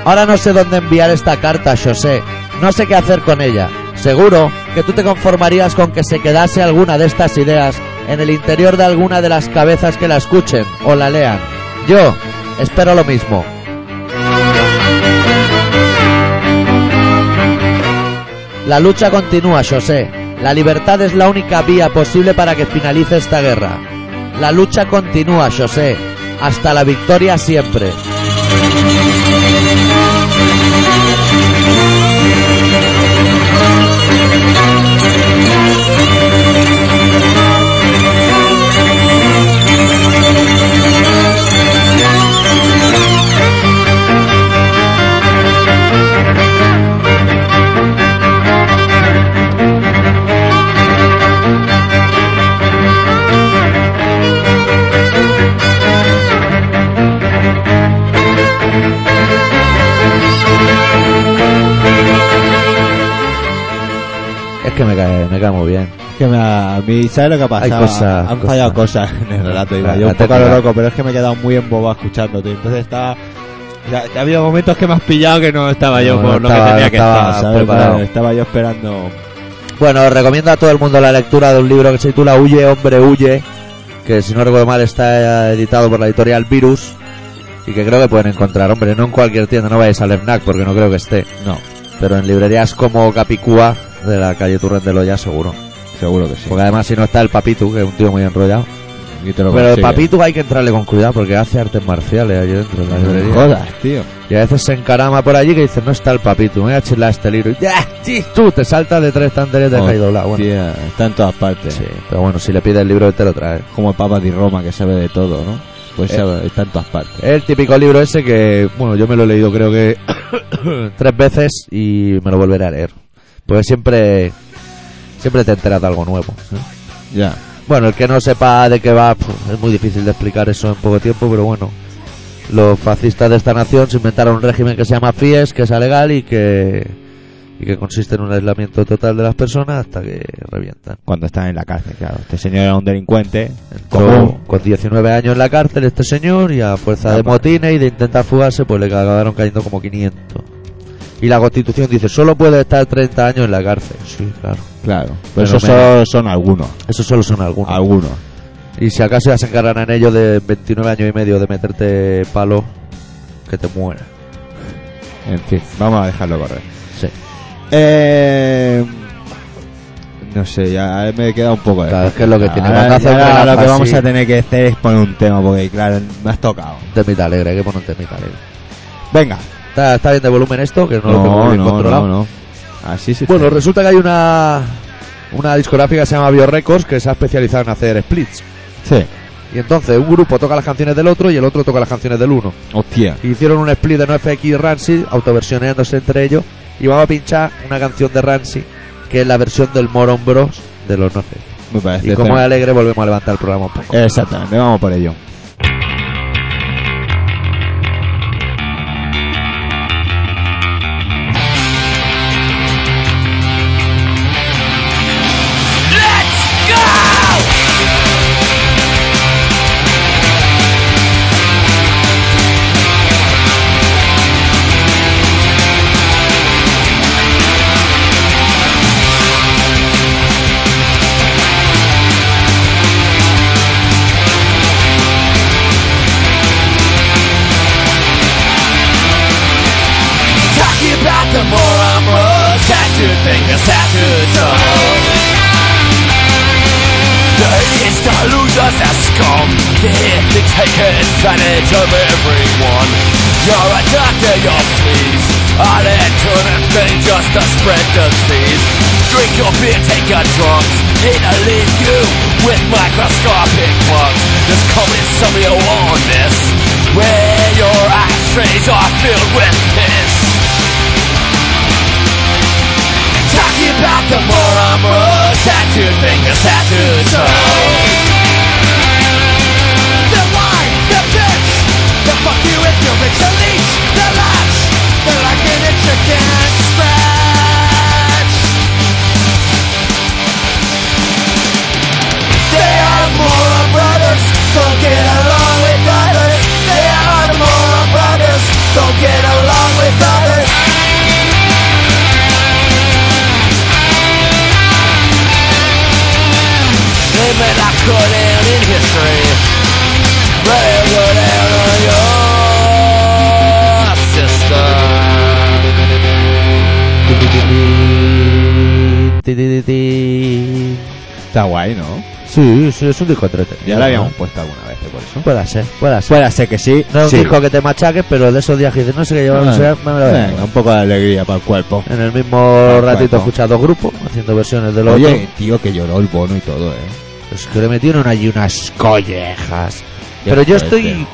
[SPEAKER 1] Ahora no sé dónde enviar esta carta, José. No sé qué hacer con ella. Seguro que tú te conformarías con que se quedase alguna de estas ideas en el interior de alguna de las cabezas que la escuchen o la lean. Yo espero lo mismo. La lucha continúa, José. La libertad es la única vía posible para que finalice esta guerra. La lucha continúa, José. Hasta la victoria siempre. que me cae, me cae muy bien.
[SPEAKER 2] Es que me ha- a mí, ¿sabes lo que ha pasado?
[SPEAKER 1] Hay cosas,
[SPEAKER 2] Han
[SPEAKER 1] cosas.
[SPEAKER 2] fallado cosas en el relato. Iba.
[SPEAKER 1] La-
[SPEAKER 2] Yo
[SPEAKER 1] la
[SPEAKER 2] un poco a lo
[SPEAKER 1] técnica.
[SPEAKER 2] loco, pero es que me he quedado muy embobado escuchándote. Entonces estaba. Ya, ya ha habido momentos que me has pillado que no estaba yo
[SPEAKER 1] No,
[SPEAKER 2] por
[SPEAKER 1] no
[SPEAKER 2] lo
[SPEAKER 1] estaba-
[SPEAKER 2] que tenía
[SPEAKER 1] no
[SPEAKER 2] que
[SPEAKER 1] estaba
[SPEAKER 2] estar. ¿sabes?
[SPEAKER 1] preparado.
[SPEAKER 2] Bueno, estaba yo esperando.
[SPEAKER 1] Bueno, os recomiendo a todo el mundo la lectura de un libro que se titula Huye, hombre, huye, que si no recuerdo mal está editado por la editorial Virus y que creo que pueden encontrar, hombre, no en cualquier tienda, no vayáis al FNAC porque no creo que esté,
[SPEAKER 2] No,
[SPEAKER 1] pero en librerías como Capicúa de la calle Turren de Loya seguro.
[SPEAKER 2] seguro que sí.
[SPEAKER 1] Porque además si no está el Papitu, que es un tío muy enrollado.
[SPEAKER 2] Y te lo
[SPEAKER 1] Pero el
[SPEAKER 2] consigue.
[SPEAKER 1] Papitu hay que entrarle con cuidado porque hace artes marciales allí dentro en la
[SPEAKER 2] No me
[SPEAKER 1] librería.
[SPEAKER 2] jodas, tío.
[SPEAKER 1] Y a veces se encarama por allí que dice, no está el Papitu, me voy a chilar este libro. Y ¡ah! sí, tú te saltas de tres tanderes
[SPEAKER 2] Oh,
[SPEAKER 1] de y doblado. Bueno,
[SPEAKER 2] Hostia, está en todas partes.
[SPEAKER 1] Sí, pero bueno, si le pides el libro, él te lo trae.
[SPEAKER 2] Como el Papa de Roma que sabe de todo, ¿no? Pues
[SPEAKER 1] Eh.
[SPEAKER 2] sabe, está en todas partes.
[SPEAKER 1] El típico libro ese que, bueno, yo me lo he leído creo que tres veces y me lo volveré a leer. Porque siempre, siempre te enteras de algo nuevo. ¿eh?
[SPEAKER 2] Ya.
[SPEAKER 1] Bueno, el que no sepa de qué va, pf, es muy difícil de explicar eso en poco tiempo, pero bueno. Los fascistas de esta nación se inventaron un régimen que se llama FIES, que es alegal y que, y que consiste en un aislamiento total de las personas hasta que revientan.
[SPEAKER 2] Cuando está en la cárcel, claro. Este señor era un delincuente.
[SPEAKER 1] Entró con 19 años en la cárcel este señor y a fuerza
[SPEAKER 2] Ah,
[SPEAKER 1] de
[SPEAKER 2] bueno.
[SPEAKER 1] motines y de intentar fugarse pues le acabaron cayendo como 500. Y la constitución dice, solo puede estar 30 años en la cárcel. Sí, claro.
[SPEAKER 2] Claro. Pero
[SPEAKER 1] Pero
[SPEAKER 2] esos son, son algunos.
[SPEAKER 1] Eso solo son algunos.
[SPEAKER 2] Algunos.
[SPEAKER 1] Y si acaso ya se encargarán ellos de 29 años y medio de meterte palo, que te muera.
[SPEAKER 2] En fin, vamos a dejarlo correr.
[SPEAKER 1] Sí.
[SPEAKER 2] Eh, no sé, ya me he quedado un poco de.
[SPEAKER 1] Claro,
[SPEAKER 2] Ah,
[SPEAKER 1] es que es lo que tiene.
[SPEAKER 2] Ahora-
[SPEAKER 1] Cuando hace
[SPEAKER 2] ahora
[SPEAKER 1] un relajo
[SPEAKER 2] lo que vamos
[SPEAKER 1] así-
[SPEAKER 2] a tener que hacer es poner un tema, porque claro, me has tocado.
[SPEAKER 1] Temita alegre, hay que poner un temita alegre.
[SPEAKER 2] Venga.
[SPEAKER 1] ¿Está, está bien de volumen esto? Que no, lo tengo muy bien controlado.
[SPEAKER 2] no. Así sí.
[SPEAKER 1] Bueno, resulta que hay una, una discográfica que se llama Biorecords que se ha especializado en hacer splits.
[SPEAKER 2] sí.
[SPEAKER 1] Y entonces un grupo toca las canciones del otro y el otro toca las canciones del uno.
[SPEAKER 2] Hostia.
[SPEAKER 1] Hicieron un split de No FX y Ramsey, autoversioneándose entre ellos. Y vamos a pinchar una canción de Ramsey, que es la versión del Moron Bros de los No FX.
[SPEAKER 2] Me parece.
[SPEAKER 1] Y como es
[SPEAKER 2] fenomenal.
[SPEAKER 1] alegre, volvemos a levantar el programa un poco.
[SPEAKER 2] Exactamente, vamos por ello.
[SPEAKER 3] Talking about the moron bros Tattoo fingers, tattoo toes The idiots, the losers, the scum They're here to take advantage of everyone You're a doctor, you're fleas All it took and thing just to spread disease Drink your beer, take your drugs It'll leave you with microscopic bugs There's coming some of your this Where your ashtrays are filled with piss Talking about the moron bros Tattooed fingers, tattooed toes The wine, the bitch The fuck you if you're rich The leech, the latch They're like an intricate scratch They are moron brothers Don't get along with others They are moron brothers Don't get along with others They may not go down in history, but they'll go down on your system.
[SPEAKER 1] Ti, ti, ti, ti.
[SPEAKER 2] Está guay, ¿no?
[SPEAKER 1] Sí, sí, es un disco entretenido.
[SPEAKER 2] Ya lo habíamos
[SPEAKER 1] ¿no?
[SPEAKER 2] puesto alguna vez, por eso.
[SPEAKER 1] Puede ser, puede ser.
[SPEAKER 2] Puede ser que sí.
[SPEAKER 1] No es
[SPEAKER 2] sí. Ah,
[SPEAKER 1] un disco que te machaques, pero de esos días que dices, no sé qué llevar, no sé, me lo dejo.
[SPEAKER 2] Venga, un poco de alegría para el cuerpo.
[SPEAKER 1] En el mismo ratito
[SPEAKER 2] Bueno.
[SPEAKER 1] escuchas dos grupos haciendo versiones de los
[SPEAKER 2] Oye, tío, que lloró el bono y todo, ¿eh?
[SPEAKER 1] Es que le metieron allí unas collejas.
[SPEAKER 2] Ya
[SPEAKER 1] Pero yo
[SPEAKER 2] parece.
[SPEAKER 1] estoy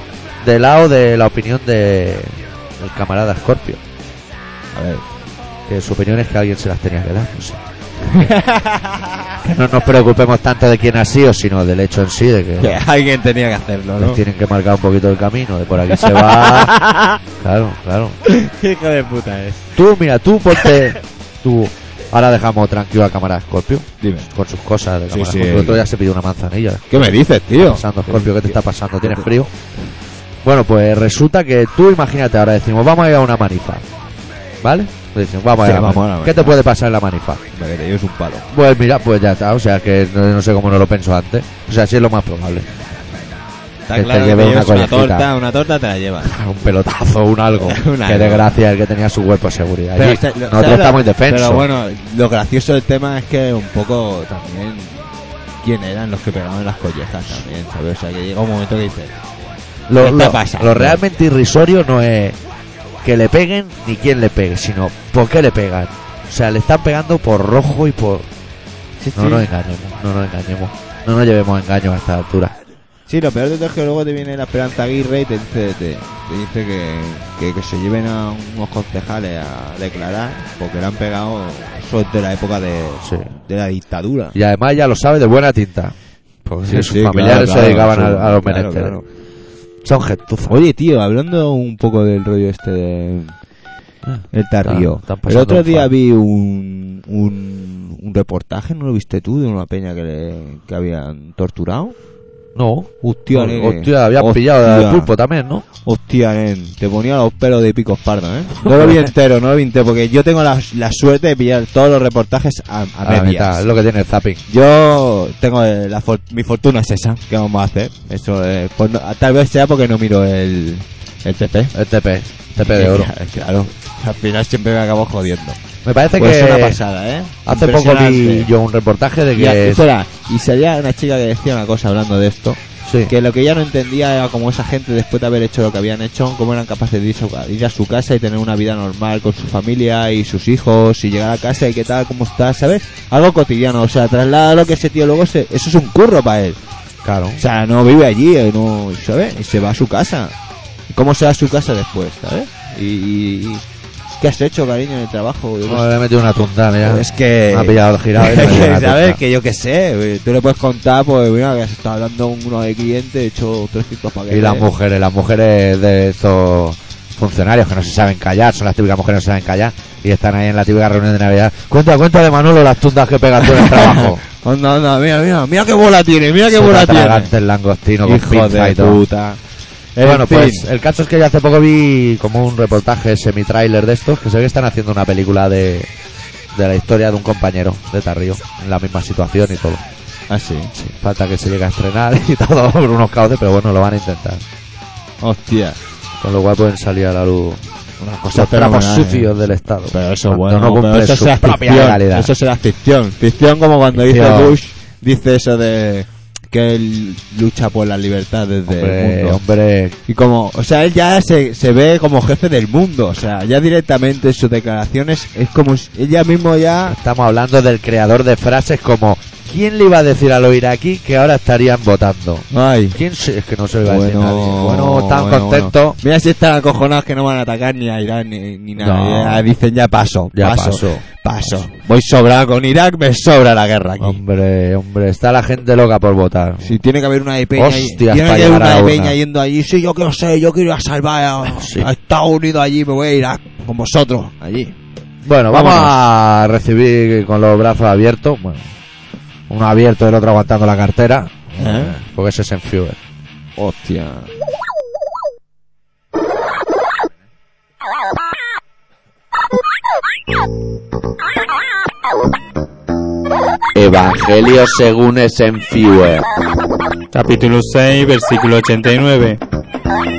[SPEAKER 1] del lado de la opinión de del camarada Scorpio.
[SPEAKER 2] A ver.
[SPEAKER 1] Que su opinión es que alguien se las tenía que dar. No sé. que no nos preocupemos tanto de quién ha sido, sino del hecho en sí, de que
[SPEAKER 2] Que alguien tenía que hacerlo,
[SPEAKER 1] les
[SPEAKER 2] ¿no?
[SPEAKER 1] tienen que marcar un poquito el camino, de por aquí se va. claro, claro.
[SPEAKER 2] Hijo de puta es.
[SPEAKER 1] Tú, mira, tú ponte. Tú, Ahora dejamos tranquilo a cámara Scorpio
[SPEAKER 2] Dime.
[SPEAKER 1] con sus cosas de
[SPEAKER 2] Sí,
[SPEAKER 1] cámara
[SPEAKER 2] sí.
[SPEAKER 1] Scorpio. El otro día se pidió una manzanilla. ¿Qué
[SPEAKER 2] ¿Qué me dices,
[SPEAKER 1] está
[SPEAKER 2] tío?
[SPEAKER 1] pasando, Scorpio? ¿Qué te está pasando? ¿Tienes frío? Bueno, pues resulta que tú imagínate ahora decimos, vamos a ir a una manifa. ¿Vale? Decimos, vamos a ir
[SPEAKER 2] Sí,
[SPEAKER 1] a la
[SPEAKER 2] vamos a la
[SPEAKER 1] manifa. ¿Qué te
[SPEAKER 2] manifa.
[SPEAKER 1] puede pasar en la manifa?
[SPEAKER 2] Me que te lleves un palo.
[SPEAKER 1] Pues mira, pues ya está. O sea, que no, no sé cómo no lo pensó antes. O sea, sí es lo más probable.
[SPEAKER 2] Está
[SPEAKER 1] Que te
[SPEAKER 2] claro que
[SPEAKER 1] lleve
[SPEAKER 2] te
[SPEAKER 1] una
[SPEAKER 2] lleves una
[SPEAKER 1] collecita.
[SPEAKER 2] torta, una torta te la llevas.
[SPEAKER 1] Ah, Un pelotazo, un algo.
[SPEAKER 2] Un
[SPEAKER 1] Qué
[SPEAKER 2] algo.
[SPEAKER 1] desgracia el que tenía su cuerpo de seguridad. Allí
[SPEAKER 2] este- lo- ¿sabes
[SPEAKER 1] nosotros
[SPEAKER 2] lo-
[SPEAKER 1] estamos indefensos.
[SPEAKER 2] Pero bueno, lo gracioso del tema es que un poco también quién eran los que pegaban las collejas también, ¿sabes? O sea, que llega un momento que dices,
[SPEAKER 1] lo,
[SPEAKER 2] ¿Qué está
[SPEAKER 1] lo-
[SPEAKER 2] pasando?
[SPEAKER 1] lo realmente irrisorio no es que le peguen ni quién le pegue, sino por qué le pegan. O sea, le están pegando por rojo y por...
[SPEAKER 2] sí,
[SPEAKER 1] No
[SPEAKER 2] sí.
[SPEAKER 1] nos engañemos, no nos engañemos. No nos llevemos engaños a esta altura.
[SPEAKER 2] Sí, lo peor de todo es que luego te viene la Esperanza Aguirre y te dice, te, te dice que, que, que se lleven a unos concejales a declarar porque le han pegado eso es de la época de,
[SPEAKER 1] Sí.
[SPEAKER 2] de la dictadura.
[SPEAKER 1] Y además ya lo sabe de buena tinta. Porque
[SPEAKER 2] Sí,
[SPEAKER 1] sus
[SPEAKER 2] sí,
[SPEAKER 1] familiares
[SPEAKER 2] claro,
[SPEAKER 1] se
[SPEAKER 2] claro,
[SPEAKER 1] dedicaban
[SPEAKER 2] sí,
[SPEAKER 1] a, a los
[SPEAKER 2] claro,
[SPEAKER 1] menesteres.
[SPEAKER 2] claro.
[SPEAKER 1] Son gentuzas.
[SPEAKER 2] Oye, tío, hablando un poco del rollo este de...
[SPEAKER 1] Ah,
[SPEAKER 2] El
[SPEAKER 1] ah,
[SPEAKER 2] Tarrío.
[SPEAKER 1] están
[SPEAKER 2] el
[SPEAKER 1] pasando
[SPEAKER 2] otro
[SPEAKER 1] un
[SPEAKER 2] día
[SPEAKER 1] fan.
[SPEAKER 2] vi un, un, un reportaje, ¿no lo viste tú? De una peña que, le, que habían torturado.
[SPEAKER 1] No.
[SPEAKER 2] Hostia, nene.
[SPEAKER 1] Hostia, habías pillado
[SPEAKER 2] Hostia.
[SPEAKER 1] el pulpo también, ¿no?
[SPEAKER 2] Hostia, nen, te ponía los pelos de picos pardos, ¿eh? No lo vi entero, no lo vi entero, porque yo tengo la, la suerte de pillar todos los reportajes a, a
[SPEAKER 1] la
[SPEAKER 2] medias.
[SPEAKER 1] mitad, es lo que tiene el zapping.
[SPEAKER 2] Yo tengo eh, la for- mi fortuna es esa, ¿qué vamos a hacer? Eso, eh, pues no- tal vez sea porque no miro el, el TP.
[SPEAKER 1] El TP, TP de oro.
[SPEAKER 2] Claro, al final siempre me acabo jodiendo.
[SPEAKER 1] Me parece
[SPEAKER 2] Pues
[SPEAKER 1] que
[SPEAKER 2] es una pasada, ¿eh?
[SPEAKER 1] hace poco vi
[SPEAKER 2] Impresionante.
[SPEAKER 1] yo un reportaje de
[SPEAKER 2] Y, a-
[SPEAKER 1] que...
[SPEAKER 2] espera, y salía una chica que decía una cosa hablando de esto,
[SPEAKER 1] sí.
[SPEAKER 2] que lo que ella no entendía era como esa gente después de haber hecho lo que habían hecho, cómo eran capaces de ir, a- ir a su casa y tener una vida normal con su familia y sus hijos y llegar a casa y qué tal, cómo estás, ¿sabes? Algo cotidiano, o sea, traslada lo que ese tío luego se, eso es un curro para él.
[SPEAKER 1] Claro.
[SPEAKER 2] O sea, no vive allí, eh, no, ¿sabes? Y se va a su casa. ¿Cómo se va a su casa después, ¿sabes? Y, y- y- ¿qué has hecho, cariño, en el trabajo? Yo qué
[SPEAKER 1] No, le he metido una tunda, mira.
[SPEAKER 2] Pues es que.
[SPEAKER 1] Me ha pillado el girado y me ha metido una
[SPEAKER 2] ¿Sabes?
[SPEAKER 1] tunda.
[SPEAKER 2] Que yo qué sé. eh, Tú le puedes contar, pues, mira, que se está hablando uno de cliente, he hecho 300 paquetes.
[SPEAKER 1] Y las mujeres, las mujeres de estos funcionarios que no se saben callar, son las típicas mujeres que no se saben callar y están ahí en la típica reunión de Navidad. Cuenta, cuenta de Manolo las tundas que pegas tú en el trabajo.
[SPEAKER 2] Anda, anda, Pues mira, mira, mira qué bola tiene, mira qué
[SPEAKER 1] Se te
[SPEAKER 2] bola
[SPEAKER 1] atraganta
[SPEAKER 2] tiene.
[SPEAKER 1] el langostino con
[SPEAKER 2] Hijo
[SPEAKER 1] pinza
[SPEAKER 2] de
[SPEAKER 1] y todo.
[SPEAKER 2] puta. En
[SPEAKER 1] bueno,
[SPEAKER 2] fin.
[SPEAKER 1] pues el caso es que yo hace poco vi como un reportaje semi-trailer de estos que se ve que están haciendo una película de, de la historia de un compañero de Tarrío en la misma situación y todo.
[SPEAKER 2] Ah, sí.
[SPEAKER 1] Sí, falta que se llegue a estrenar y todo por unos cauces, pero bueno, lo van a intentar.
[SPEAKER 2] Hostia.
[SPEAKER 1] Con lo cual pueden salir a la luz
[SPEAKER 2] Una
[SPEAKER 1] los trapos sucios del Estado.
[SPEAKER 2] eh. Pero eso
[SPEAKER 1] Cuando
[SPEAKER 2] bueno,
[SPEAKER 1] pues, no
[SPEAKER 2] pero
[SPEAKER 1] cumple
[SPEAKER 2] eso
[SPEAKER 1] su
[SPEAKER 2] será
[SPEAKER 1] propia
[SPEAKER 2] ficción,
[SPEAKER 1] legalidad.
[SPEAKER 2] Eso será ficción. Ficción como cuando dice
[SPEAKER 1] Ficción.
[SPEAKER 2] Bush, dice eso de que él lucha por la libertad desde el
[SPEAKER 1] Hombre,
[SPEAKER 2] mundo.
[SPEAKER 1] hombre,
[SPEAKER 2] Y como, o sea, él ya se, se ve como jefe del mundo, o sea, ya directamente sus declaraciones es como si- ella mismo ya
[SPEAKER 1] estamos hablando del creador de frases como ¿Quién le iba a decir a los iraquí que ahora estarían votando?
[SPEAKER 2] ay,
[SPEAKER 1] ¿Quién se- es que no se lo iba a decir nadie? Bueno, están
[SPEAKER 2] bueno,
[SPEAKER 1] contentos.
[SPEAKER 2] bueno. Mira si están acojonados que no van a atacar ni a Irán ni, ni nada.
[SPEAKER 1] No.
[SPEAKER 2] Ya dicen ya paso,
[SPEAKER 1] Ya
[SPEAKER 2] paso,
[SPEAKER 1] paso.
[SPEAKER 2] paso, Voy sobrado con Irak, me sobra la guerra aquí.
[SPEAKER 1] Hombre, hombre, está la gente loca por votar.
[SPEAKER 2] Si tiene que haber una de peña, ahí-
[SPEAKER 1] Hostias,
[SPEAKER 2] tiene
[SPEAKER 1] para
[SPEAKER 2] que haber
[SPEAKER 1] llegar
[SPEAKER 2] una
[SPEAKER 1] a
[SPEAKER 2] de
[SPEAKER 1] una.
[SPEAKER 2] peña yendo allí. Sí, yo quiero sé, yo quiero ir a salvar a,
[SPEAKER 1] Sí.
[SPEAKER 2] a Estados Unidos allí, me voy a Irak con vosotros allí.
[SPEAKER 1] Bueno, vamos
[SPEAKER 2] Vámonos.
[SPEAKER 1] a recibir con los brazos abiertos. Bueno, uno abierto, el otro aguantando la cartera.
[SPEAKER 2] ¿Eh?
[SPEAKER 1] Porque ese es en Führer.
[SPEAKER 2] Hostia.
[SPEAKER 4] Evangelio según Eisenhower.
[SPEAKER 5] Capítulo 6, versículo 89.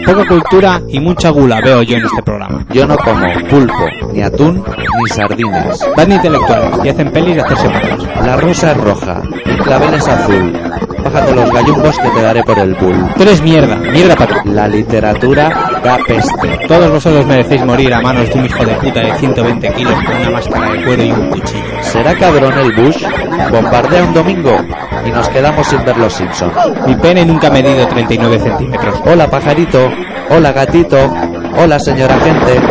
[SPEAKER 5] Poca cultura y mucha gula veo yo en este programa.
[SPEAKER 4] Yo no como pulpo, ni atún, ni sardinas.
[SPEAKER 5] Van de intelectuales y hacen pelis de hacerse malos.
[SPEAKER 4] La rosa es roja, el clavel es azul. Bájate los gallumbos que te daré por el bull.
[SPEAKER 5] Tú eres mierda, mierda para ti.
[SPEAKER 4] La literatura da peste.
[SPEAKER 5] Todos vosotros merecéis morir a manos de un hijo de puta de 120 kilos con una máscara de cuero y un cuchillo.
[SPEAKER 4] ¿Será cabrón el Bush? Bombardea un domingo y nos quedamos sin ver los Simpsons.
[SPEAKER 5] Mi pene nunca ha medido 39 centímetros.
[SPEAKER 4] Hola pajarito, hola gatito, hola señora gente.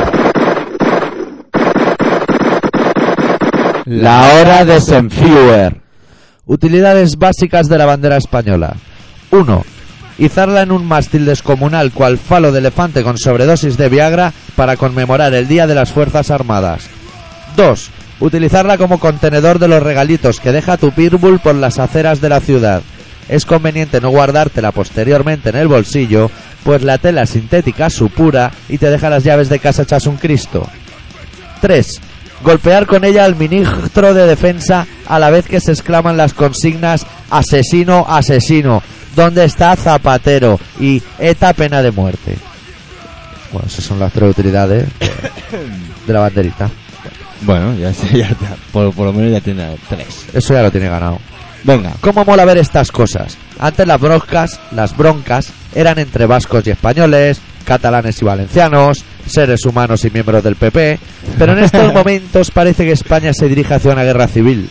[SPEAKER 1] La hora de Senfuer. Utilidades básicas de la bandera española. 1. Izarla en un mástil descomunal cual falo de elefante con sobredosis de Viagra para conmemorar el Día de las Fuerzas Armadas. 2. Utilizarla como contenedor de los regalitos que deja tu pitbull por las aceras de la ciudad. Es conveniente no guardártela posteriormente en el bolsillo, pues la tela sintética supura y te deja las llaves de casa hechas un Cristo. 3. Golpear con ella al ministro de Defensa a la vez que se exclaman las consignas asesino, asesino, ¿dónde está Zapatero? y ETA pena de muerte. Bueno, esas son las tres utilidades de la banderita.
[SPEAKER 2] Bueno, ya, está- ya está. Por, por lo menos ya tiene tres.
[SPEAKER 1] Eso ya lo tiene ganado.
[SPEAKER 2] Venga.
[SPEAKER 1] ¿Cómo mola ver estas cosas? Antes las broncas, las broncas eran entre vascos y españoles, catalanes y valencianos, seres humanos y miembros del PP, pero en estos momentos parece que España se dirige hacia una guerra civil.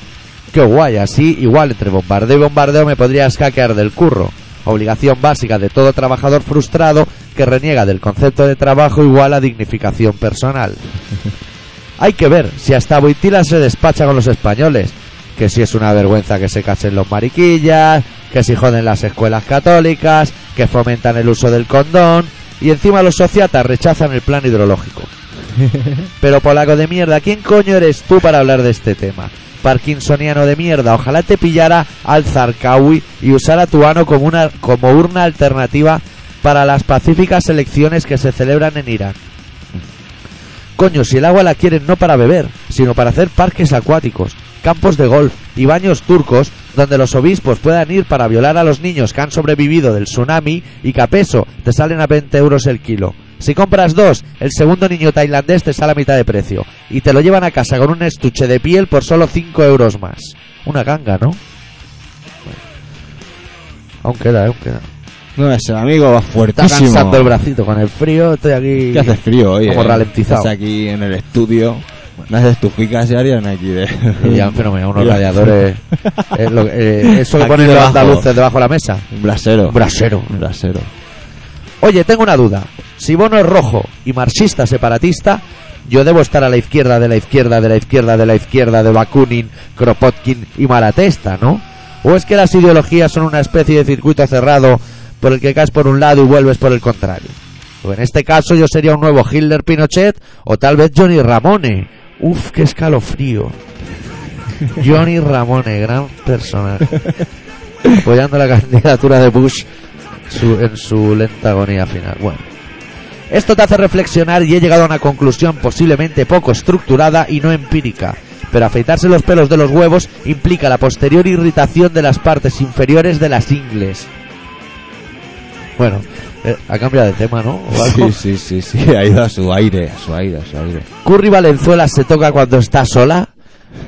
[SPEAKER 1] Qué guay, así igual entre bombardeo y bombardeo me podrías hackear del curro. Obligación básica de todo trabajador frustrado que reniega del concepto de trabajo igual a dignificación personal. Hay que ver si hasta Boitila se despacha con los españoles. Que si es una vergüenza que se casen los mariquillas, que si joden las escuelas católicas, que fomentan el uso del condón, y encima los sociatas rechazan el plan hidrológico. Pero polaco de mierda, ¿quién coño eres tú para hablar de este tema? Parkinsoniano de mierda, ojalá te pillara al Zarqawi y usara tu ano como, una, como urna alternativa para las pacíficas elecciones que se celebran en Irán. Coño, si el agua la quieren no para beber, sino para hacer parques acuáticos, campos de golf y baños turcos donde los obispos puedan ir para violar a los niños que han sobrevivido del tsunami y que a peso te salen a 20 euros el kilo. Si compras dos, el segundo niño tailandés te sale a mitad de precio y te lo llevan a casa con un estuche de piel por solo 5 euros más. Una ganga, ¿no? Aún queda, aún queda.
[SPEAKER 2] No es el amigo, va
[SPEAKER 1] Está
[SPEAKER 2] fuertísimo.
[SPEAKER 1] cansando el bracito con el frío, estoy aquí...
[SPEAKER 2] Que hace frío hoy.
[SPEAKER 1] Como
[SPEAKER 2] eh.
[SPEAKER 1] ralentizado.
[SPEAKER 2] Estás aquí en el estudio. Las estuficas se harían aquí de.
[SPEAKER 1] Y ya, fenomenal, unos
[SPEAKER 2] Ya.
[SPEAKER 1] radiadores. es lo- eh, eso que
[SPEAKER 2] Aquí
[SPEAKER 1] ponen los
[SPEAKER 2] debajo.
[SPEAKER 1] andaluces debajo de la mesa.
[SPEAKER 2] Un brasero.
[SPEAKER 1] Un brasero.
[SPEAKER 2] Un brasero.
[SPEAKER 1] Oye, tengo una duda. Si Bono es rojo y marxista separatista, yo debo estar a la izquierda de la izquierda de la izquierda de la izquierda de Bakunin, Kropotkin y Malatesta, ¿no? ¿O es que las ideologías son una especie de circuito cerrado por el que caes por un lado y vuelves por el contrario? O en este caso yo sería un nuevo Hitler Pinochet o tal vez Johnny Ramone. Uf, qué escalofrío. Johnny Ramone, gran personaje. Apoyando la candidatura de Bush su- en su lenta agonía final. Bueno. Esto te hace reflexionar y he llegado a una conclusión posiblemente poco estructurada y no empírica. Pero afeitarse los pelos de los huevos implica la posterior irritación de las partes inferiores de las ingles. Bueno, eh, ha cambiado de tema, ¿no? ¿O algo?
[SPEAKER 2] Sí, sí, sí, sí. Ha ido a su aire, a su aire, a su aire.
[SPEAKER 1] Curry Valenzuela se toca cuando está sola.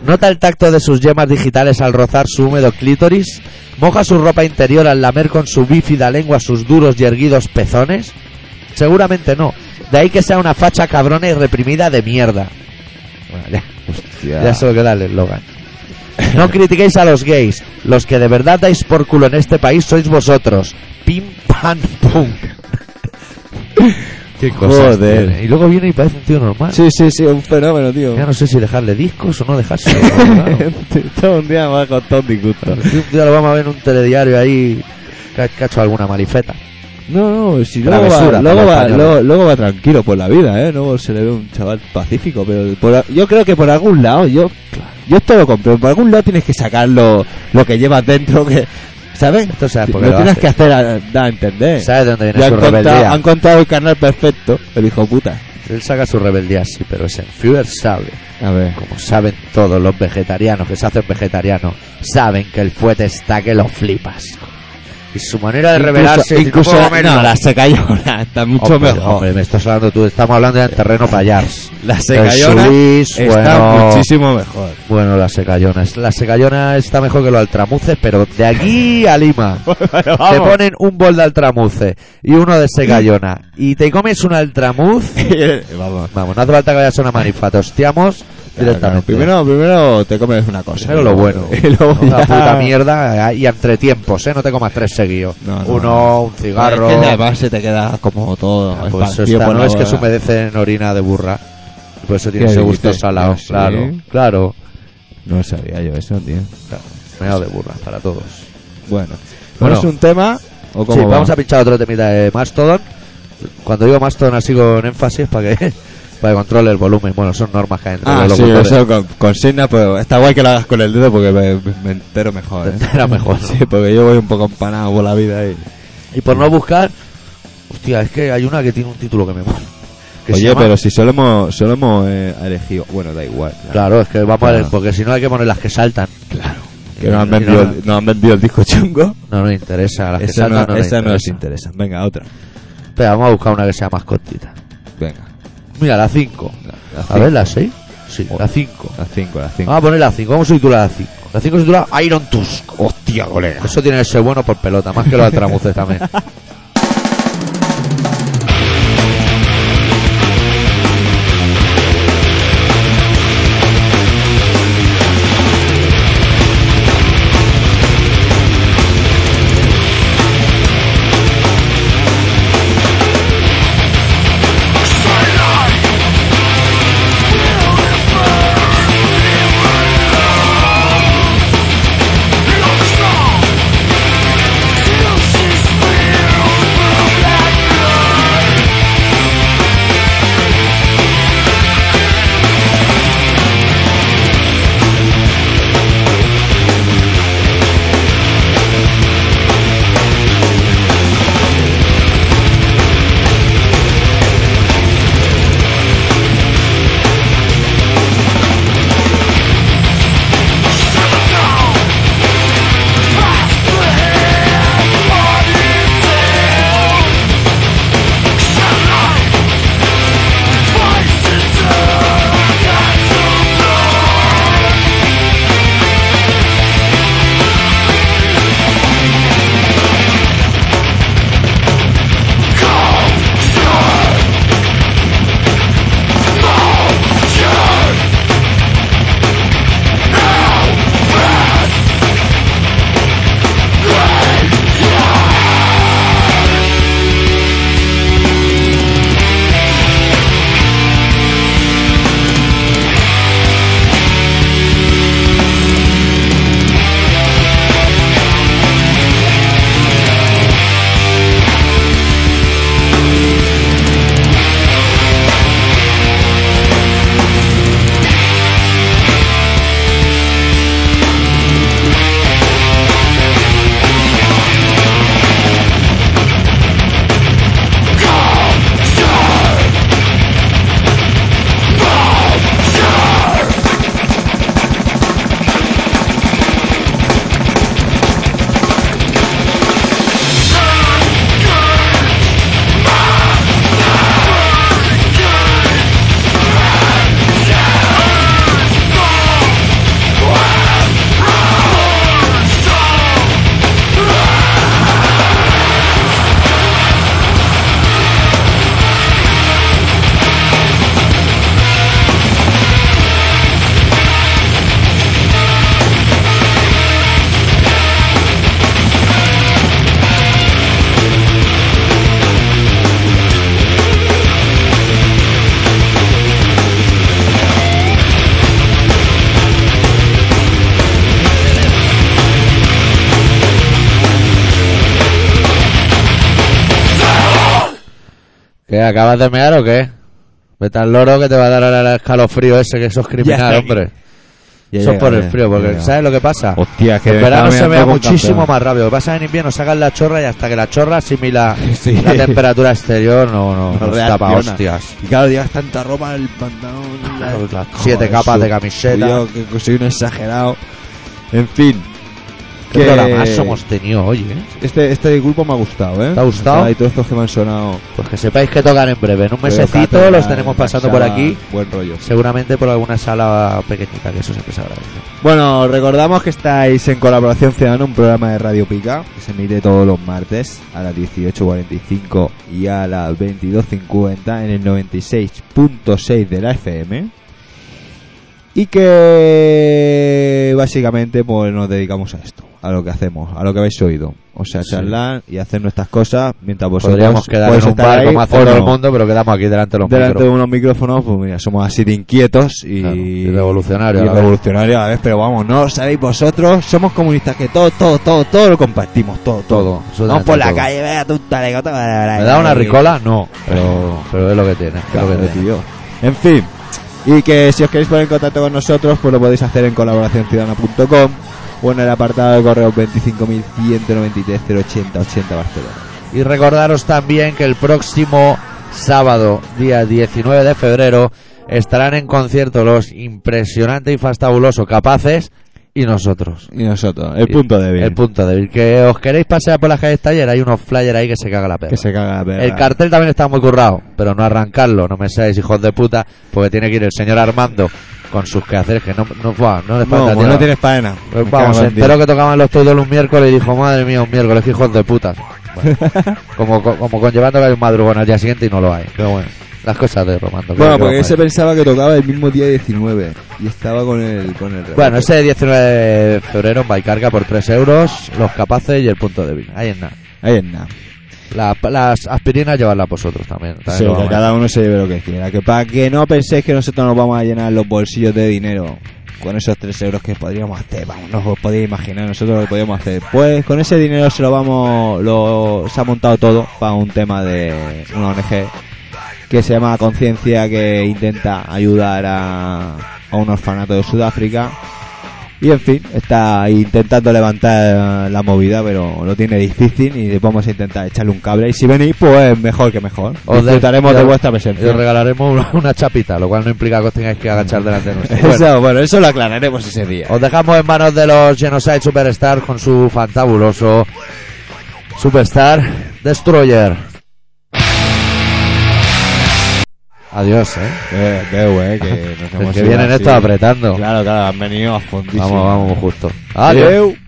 [SPEAKER 1] Nota el tacto de sus yemas digitales al rozar su húmedo clítoris. Moja su ropa interior al lamer con su bífida lengua sus duros y erguidos pezones. Seguramente no. De ahí que sea una facha cabrona y reprimida de mierda. Bueno, ya.
[SPEAKER 2] Hostia.
[SPEAKER 1] Ya solo queda el eslogan. No critiquéis a los gays. Los que de verdad dais por culo en este país sois vosotros. Pim, pam, pum. Qué
[SPEAKER 2] cosas
[SPEAKER 1] Joder.
[SPEAKER 2] tiene.
[SPEAKER 1] Y luego viene y parece un tío normal.
[SPEAKER 2] Sí, sí, sí, un fenómeno, tío.
[SPEAKER 1] Ya no sé si dejarle discos o no dejarse.
[SPEAKER 2] Todo un día más con todo disgusto.
[SPEAKER 1] un día lo vamos a ver en un telediario ahí. ca- Cacho alguna malifeta.
[SPEAKER 2] No, no, si luego
[SPEAKER 1] Travesura
[SPEAKER 2] va,
[SPEAKER 1] para
[SPEAKER 2] luego,
[SPEAKER 1] los
[SPEAKER 2] va,
[SPEAKER 1] españoles.
[SPEAKER 2] luego, luego va tranquilo por la vida, ¿eh? Luego se le ve un chaval pacífico, pero por a- yo creo que por algún lado, yo yo esto lo compro, por algún lado tienes que sacar lo, lo que llevas dentro, que ¿sabes?
[SPEAKER 1] Esto sabes por qué
[SPEAKER 2] lo
[SPEAKER 1] lo
[SPEAKER 2] tienes
[SPEAKER 1] hace.
[SPEAKER 2] que hacer a, da a entender.
[SPEAKER 1] ¿Sabes de dónde
[SPEAKER 2] Y
[SPEAKER 1] viene
[SPEAKER 2] han,
[SPEAKER 1] su
[SPEAKER 2] contado,
[SPEAKER 1] rebeldía?
[SPEAKER 2] han contado el canal perfecto, el hijo puta.
[SPEAKER 1] Él saca su rebeldía, sí, pero ese Führer sabe.
[SPEAKER 2] A ver.
[SPEAKER 1] Como saben todos los vegetarianos que se hacen vegetarianos, saben que el fuete está que lo flipas. Y su manera de rebelarse
[SPEAKER 2] incluso,
[SPEAKER 1] no,
[SPEAKER 2] incluso no, la secayona está mucho mejor.
[SPEAKER 1] Hombre, me estás hablando tú, estamos hablando de terreno payars.
[SPEAKER 2] la
[SPEAKER 1] El
[SPEAKER 2] secayona
[SPEAKER 1] Suiz,
[SPEAKER 2] está
[SPEAKER 1] bueno,
[SPEAKER 2] muchísimo mejor.
[SPEAKER 1] Bueno, la secayona. Es- La secayona está mejor que los altramuces, pero de aquí a Lima. te ponen un bol de altramuce y uno de secayona. Y te comes un altramuz.
[SPEAKER 2] Vamos.
[SPEAKER 1] Vamos, no hace falta que vayas a una manifa. Te hostiamos
[SPEAKER 2] Claro, claro.
[SPEAKER 1] directamente.
[SPEAKER 2] Primero, primero te comes una cosa.
[SPEAKER 1] Primero lo bueno.
[SPEAKER 2] Y luego
[SPEAKER 1] Una
[SPEAKER 2] ya-
[SPEAKER 1] puta mierda. eh, Y entre tiempos, ¿eh? No te comas tres seguidos.
[SPEAKER 2] No, no.
[SPEAKER 1] Uno, un cigarro.
[SPEAKER 2] Es que además se te queda como todo.
[SPEAKER 1] Ah, pues
[SPEAKER 2] esparcido
[SPEAKER 1] está,
[SPEAKER 2] por
[SPEAKER 1] no
[SPEAKER 2] la
[SPEAKER 1] es que se
[SPEAKER 2] boca.
[SPEAKER 1] humedece en orina de burra. Y Por eso tiene
[SPEAKER 2] ¿Qué
[SPEAKER 1] ese
[SPEAKER 2] dices?
[SPEAKER 1] gusto salado.
[SPEAKER 2] Ah, ¿sí?
[SPEAKER 1] Claro, claro.
[SPEAKER 2] No sabía yo eso, tío.
[SPEAKER 1] claro. Meado de burra para todos.
[SPEAKER 2] Bueno.
[SPEAKER 1] Bueno.
[SPEAKER 2] ¿No es un tema? ¿O
[SPEAKER 1] Sí,
[SPEAKER 2] cómo va?
[SPEAKER 1] vamos a pinchar otro temita de Mastodon. Cuando digo Mastodon así con énfasis para que, para que controle el volumen. Bueno, son normas que hay entre
[SPEAKER 2] Ah,
[SPEAKER 1] los
[SPEAKER 2] sí,
[SPEAKER 1] locutores.
[SPEAKER 2] eso con, consigna, pero está guay que lo hagas con el dedo porque me, me entero mejor. ¿eh?
[SPEAKER 1] Era mejor. ¿no?
[SPEAKER 2] Sí, porque yo voy un poco empanado por la vida y...
[SPEAKER 1] Y por no buscar, hostia, es que hay una que tiene un título que me mola. que se
[SPEAKER 2] Oye,
[SPEAKER 1] llama-
[SPEAKER 2] pero si solo hemos, solo hemos eh, elegido... Bueno, da igual.
[SPEAKER 1] Claro, es que va a poner,
[SPEAKER 2] Claro.
[SPEAKER 1] porque si no hay que poner las que saltan. Claro.
[SPEAKER 2] Que nos han, vendido,
[SPEAKER 1] No,
[SPEAKER 2] el- nos han vendido el disco chungo.
[SPEAKER 1] no nos interesa, las que
[SPEAKER 2] Esa
[SPEAKER 1] saltan
[SPEAKER 2] no,
[SPEAKER 1] no, nos
[SPEAKER 2] esa no nos
[SPEAKER 1] interesa.
[SPEAKER 2] interesa. Venga, otra.
[SPEAKER 1] Espera, vamos a buscar una que sea más cortita.
[SPEAKER 2] Venga.
[SPEAKER 1] Mira, la 5.
[SPEAKER 2] la
[SPEAKER 1] A ver, la 6. Sí,
[SPEAKER 2] Joder.
[SPEAKER 1] la 5.
[SPEAKER 2] Las 5, las 5.
[SPEAKER 1] Vamos a poner la 5. Vamos a titular la 5. La 5 se titula Iron Tusk. Hostia, colega. Eso tiene que ser bueno por pelota, más que los atramuces también. ¿Qué? ¿Acabas de mear o qué? Vete al loro que te va a dar ahora el escalofrío ese, que eso es
[SPEAKER 2] Ya
[SPEAKER 1] criminal,
[SPEAKER 2] está.
[SPEAKER 1] hombre.
[SPEAKER 2] Ya
[SPEAKER 1] eso es
[SPEAKER 2] llega,
[SPEAKER 1] por el
[SPEAKER 2] ya,
[SPEAKER 1] frío,
[SPEAKER 2] ya
[SPEAKER 1] porque
[SPEAKER 2] llega.
[SPEAKER 1] ¿sabes lo que pasa?
[SPEAKER 2] Hostia, que
[SPEAKER 1] en
[SPEAKER 2] me
[SPEAKER 1] verano
[SPEAKER 2] estaba
[SPEAKER 1] se vea
[SPEAKER 2] mirando con
[SPEAKER 1] muchísimo
[SPEAKER 2] campeón.
[SPEAKER 1] más rápido. Lo que pasa es que en invierno sacan la chorra y hasta que la chorra asimila
[SPEAKER 2] Sí.
[SPEAKER 1] la temperatura exterior, no, no, no,
[SPEAKER 2] Reacciona.
[SPEAKER 1] está pa' hostias.
[SPEAKER 2] Y claro, llevas tanta ropa el pantalón.
[SPEAKER 1] Claro, claro.
[SPEAKER 2] Joder,
[SPEAKER 1] Siete capas
[SPEAKER 2] su-
[SPEAKER 1] de camiseta.
[SPEAKER 2] Yo que soy un exagerado. En fin.
[SPEAKER 1] ¿Qué programas hemos tenido hoy, eh?
[SPEAKER 2] Este, este grupo me ha gustado, ¿eh?
[SPEAKER 1] ¿Te ha gustado?
[SPEAKER 2] Y todos estos que me han sonado.
[SPEAKER 1] Pues que sepáis que tocan en breve. En un
[SPEAKER 2] Creo que
[SPEAKER 1] mesecito
[SPEAKER 2] tocan
[SPEAKER 1] los tenemos pasando por
[SPEAKER 2] pasada,
[SPEAKER 1] aquí.
[SPEAKER 2] Buen rollo.
[SPEAKER 1] Seguramente por alguna sala pequeñita, que eso siempre se agradece.
[SPEAKER 2] Bueno, recordamos que estáis en Colaboración Ciudadana, un programa de Radio Pica, que se emite todos los martes a las 18.45 y a las 22.50 en el 96.6 de la FM. Y que básicamente pues nos dedicamos a esto, a lo que hacemos, a lo que habéis oído. O sea,
[SPEAKER 1] Sí.
[SPEAKER 2] charlar y hacer nuestras cosas mientras vosotros
[SPEAKER 1] Pues Podríamos quedar
[SPEAKER 2] podéis
[SPEAKER 1] en un
[SPEAKER 2] estar
[SPEAKER 1] bar
[SPEAKER 2] ahí
[SPEAKER 1] como hace
[SPEAKER 2] o
[SPEAKER 1] todo el
[SPEAKER 2] no.
[SPEAKER 1] mundo, pero quedamos aquí delante de los
[SPEAKER 2] Delante de
[SPEAKER 1] micros.
[SPEAKER 2] unos micrófonos, pues mira, somos así de inquietos y,
[SPEAKER 1] Claro, y revolucionarios,
[SPEAKER 2] Y
[SPEAKER 1] a la vez.
[SPEAKER 2] revolucionarios a la vez, pero vamos, no lo sabéis vosotros, somos comunistas que todo, todo, todo, todo lo compartimos, todo, todo.
[SPEAKER 1] Todo,
[SPEAKER 2] Vamos
[SPEAKER 1] absolutamente
[SPEAKER 2] por la
[SPEAKER 1] todo.
[SPEAKER 2] calle, vea tú, dale,
[SPEAKER 1] ¿Me da una ricola? No, pero, pero es lo que tiene. es lo que tiene.
[SPEAKER 2] tío. En fin, y que si os queréis poner en contacto con nosotros, pues lo podéis hacer en colaboracionciudadana.com o en el apartado de correos 25.193.080.80 Barcelona.
[SPEAKER 1] Y recordaros también que el próximo sábado, día 19 de febrero, estarán en concierto los impresionante y fastabuloso capaces y nosotros.
[SPEAKER 2] Y nosotros, el punto débil.
[SPEAKER 1] El punto débil. Que os queréis pasear por las calles taller, hay unos flyers ahí que se caga la perra.
[SPEAKER 2] que se caga la perra.
[SPEAKER 1] El cartel también está muy currado, pero no arrancarlo, no me seáis hijos de puta, porque tiene que ir el señor Armando con sus quehaceres, que no, no, buah, no le falta
[SPEAKER 2] No, vos
[SPEAKER 1] tierra.
[SPEAKER 2] no tienes faena.
[SPEAKER 1] Pues
[SPEAKER 2] Me
[SPEAKER 1] vamos,
[SPEAKER 2] cago
[SPEAKER 1] se
[SPEAKER 2] en Dios.
[SPEAKER 1] enteró que tocaban los Toidos un miércoles y dijo, madre mía, un miércoles, que hijos de putas. Bueno, como, co- como conllevando que hay un madrugón al día siguiente y no lo hay. Pero bueno, las cosas de Romando. que
[SPEAKER 2] Bueno,
[SPEAKER 1] creo
[SPEAKER 2] porque
[SPEAKER 1] que
[SPEAKER 2] él se
[SPEAKER 1] vamos
[SPEAKER 2] pensaba que tocaba el mismo día 19 y estaba con el con el
[SPEAKER 1] a ir. Bueno, ese 19 de febrero en Baicarga por 3 euros, los capaces y el punto débil. Ahí es nada.
[SPEAKER 2] ahí es nada.
[SPEAKER 1] La- las aspirinas llevarlas vosotros también. también
[SPEAKER 2] Sí,
[SPEAKER 1] lo
[SPEAKER 2] que
[SPEAKER 1] vamos a-
[SPEAKER 2] cada uno se lleve lo que quiera. Que para que no penséis que nosotros nos vamos a llenar los bolsillos de dinero con esos 3 euros que podríamos hacer, vamos, no os podéis imaginar nosotros lo que podríamos hacer. Pues con ese dinero se lo vamos, lo, se ha montado todo para un tema de una ONG que se llama Conciencia que intenta ayudar a, a un orfanato de Sudáfrica. Y en fin, está intentando levantar la movida, pero lo tiene difícil y vamos a intentar echarle un cable. Y si venís, pues mejor que mejor.
[SPEAKER 1] Os de-
[SPEAKER 2] Disfrutaremos de,
[SPEAKER 1] yo-
[SPEAKER 2] vuestra
[SPEAKER 1] Y
[SPEAKER 2] presencia.
[SPEAKER 1] os regalaremos una, una chapita, lo cual no implica que os tengáis que agachar delante de nosotros. Bueno,
[SPEAKER 2] Eso, bueno, eso lo aclararemos ese día.
[SPEAKER 1] Os dejamos en manos de los Genocide Superstar con su fantabuloso Superstar Destroyer. Adiós, eh.
[SPEAKER 2] Qué, qué güey, que nos
[SPEAKER 1] Es que
[SPEAKER 2] ido
[SPEAKER 1] vienen
[SPEAKER 2] así.
[SPEAKER 1] estos apretando.
[SPEAKER 2] Claro, claro, han venido a fondísimo.
[SPEAKER 1] Vamos, vamos, justo.
[SPEAKER 2] Adiós.
[SPEAKER 1] Adiós.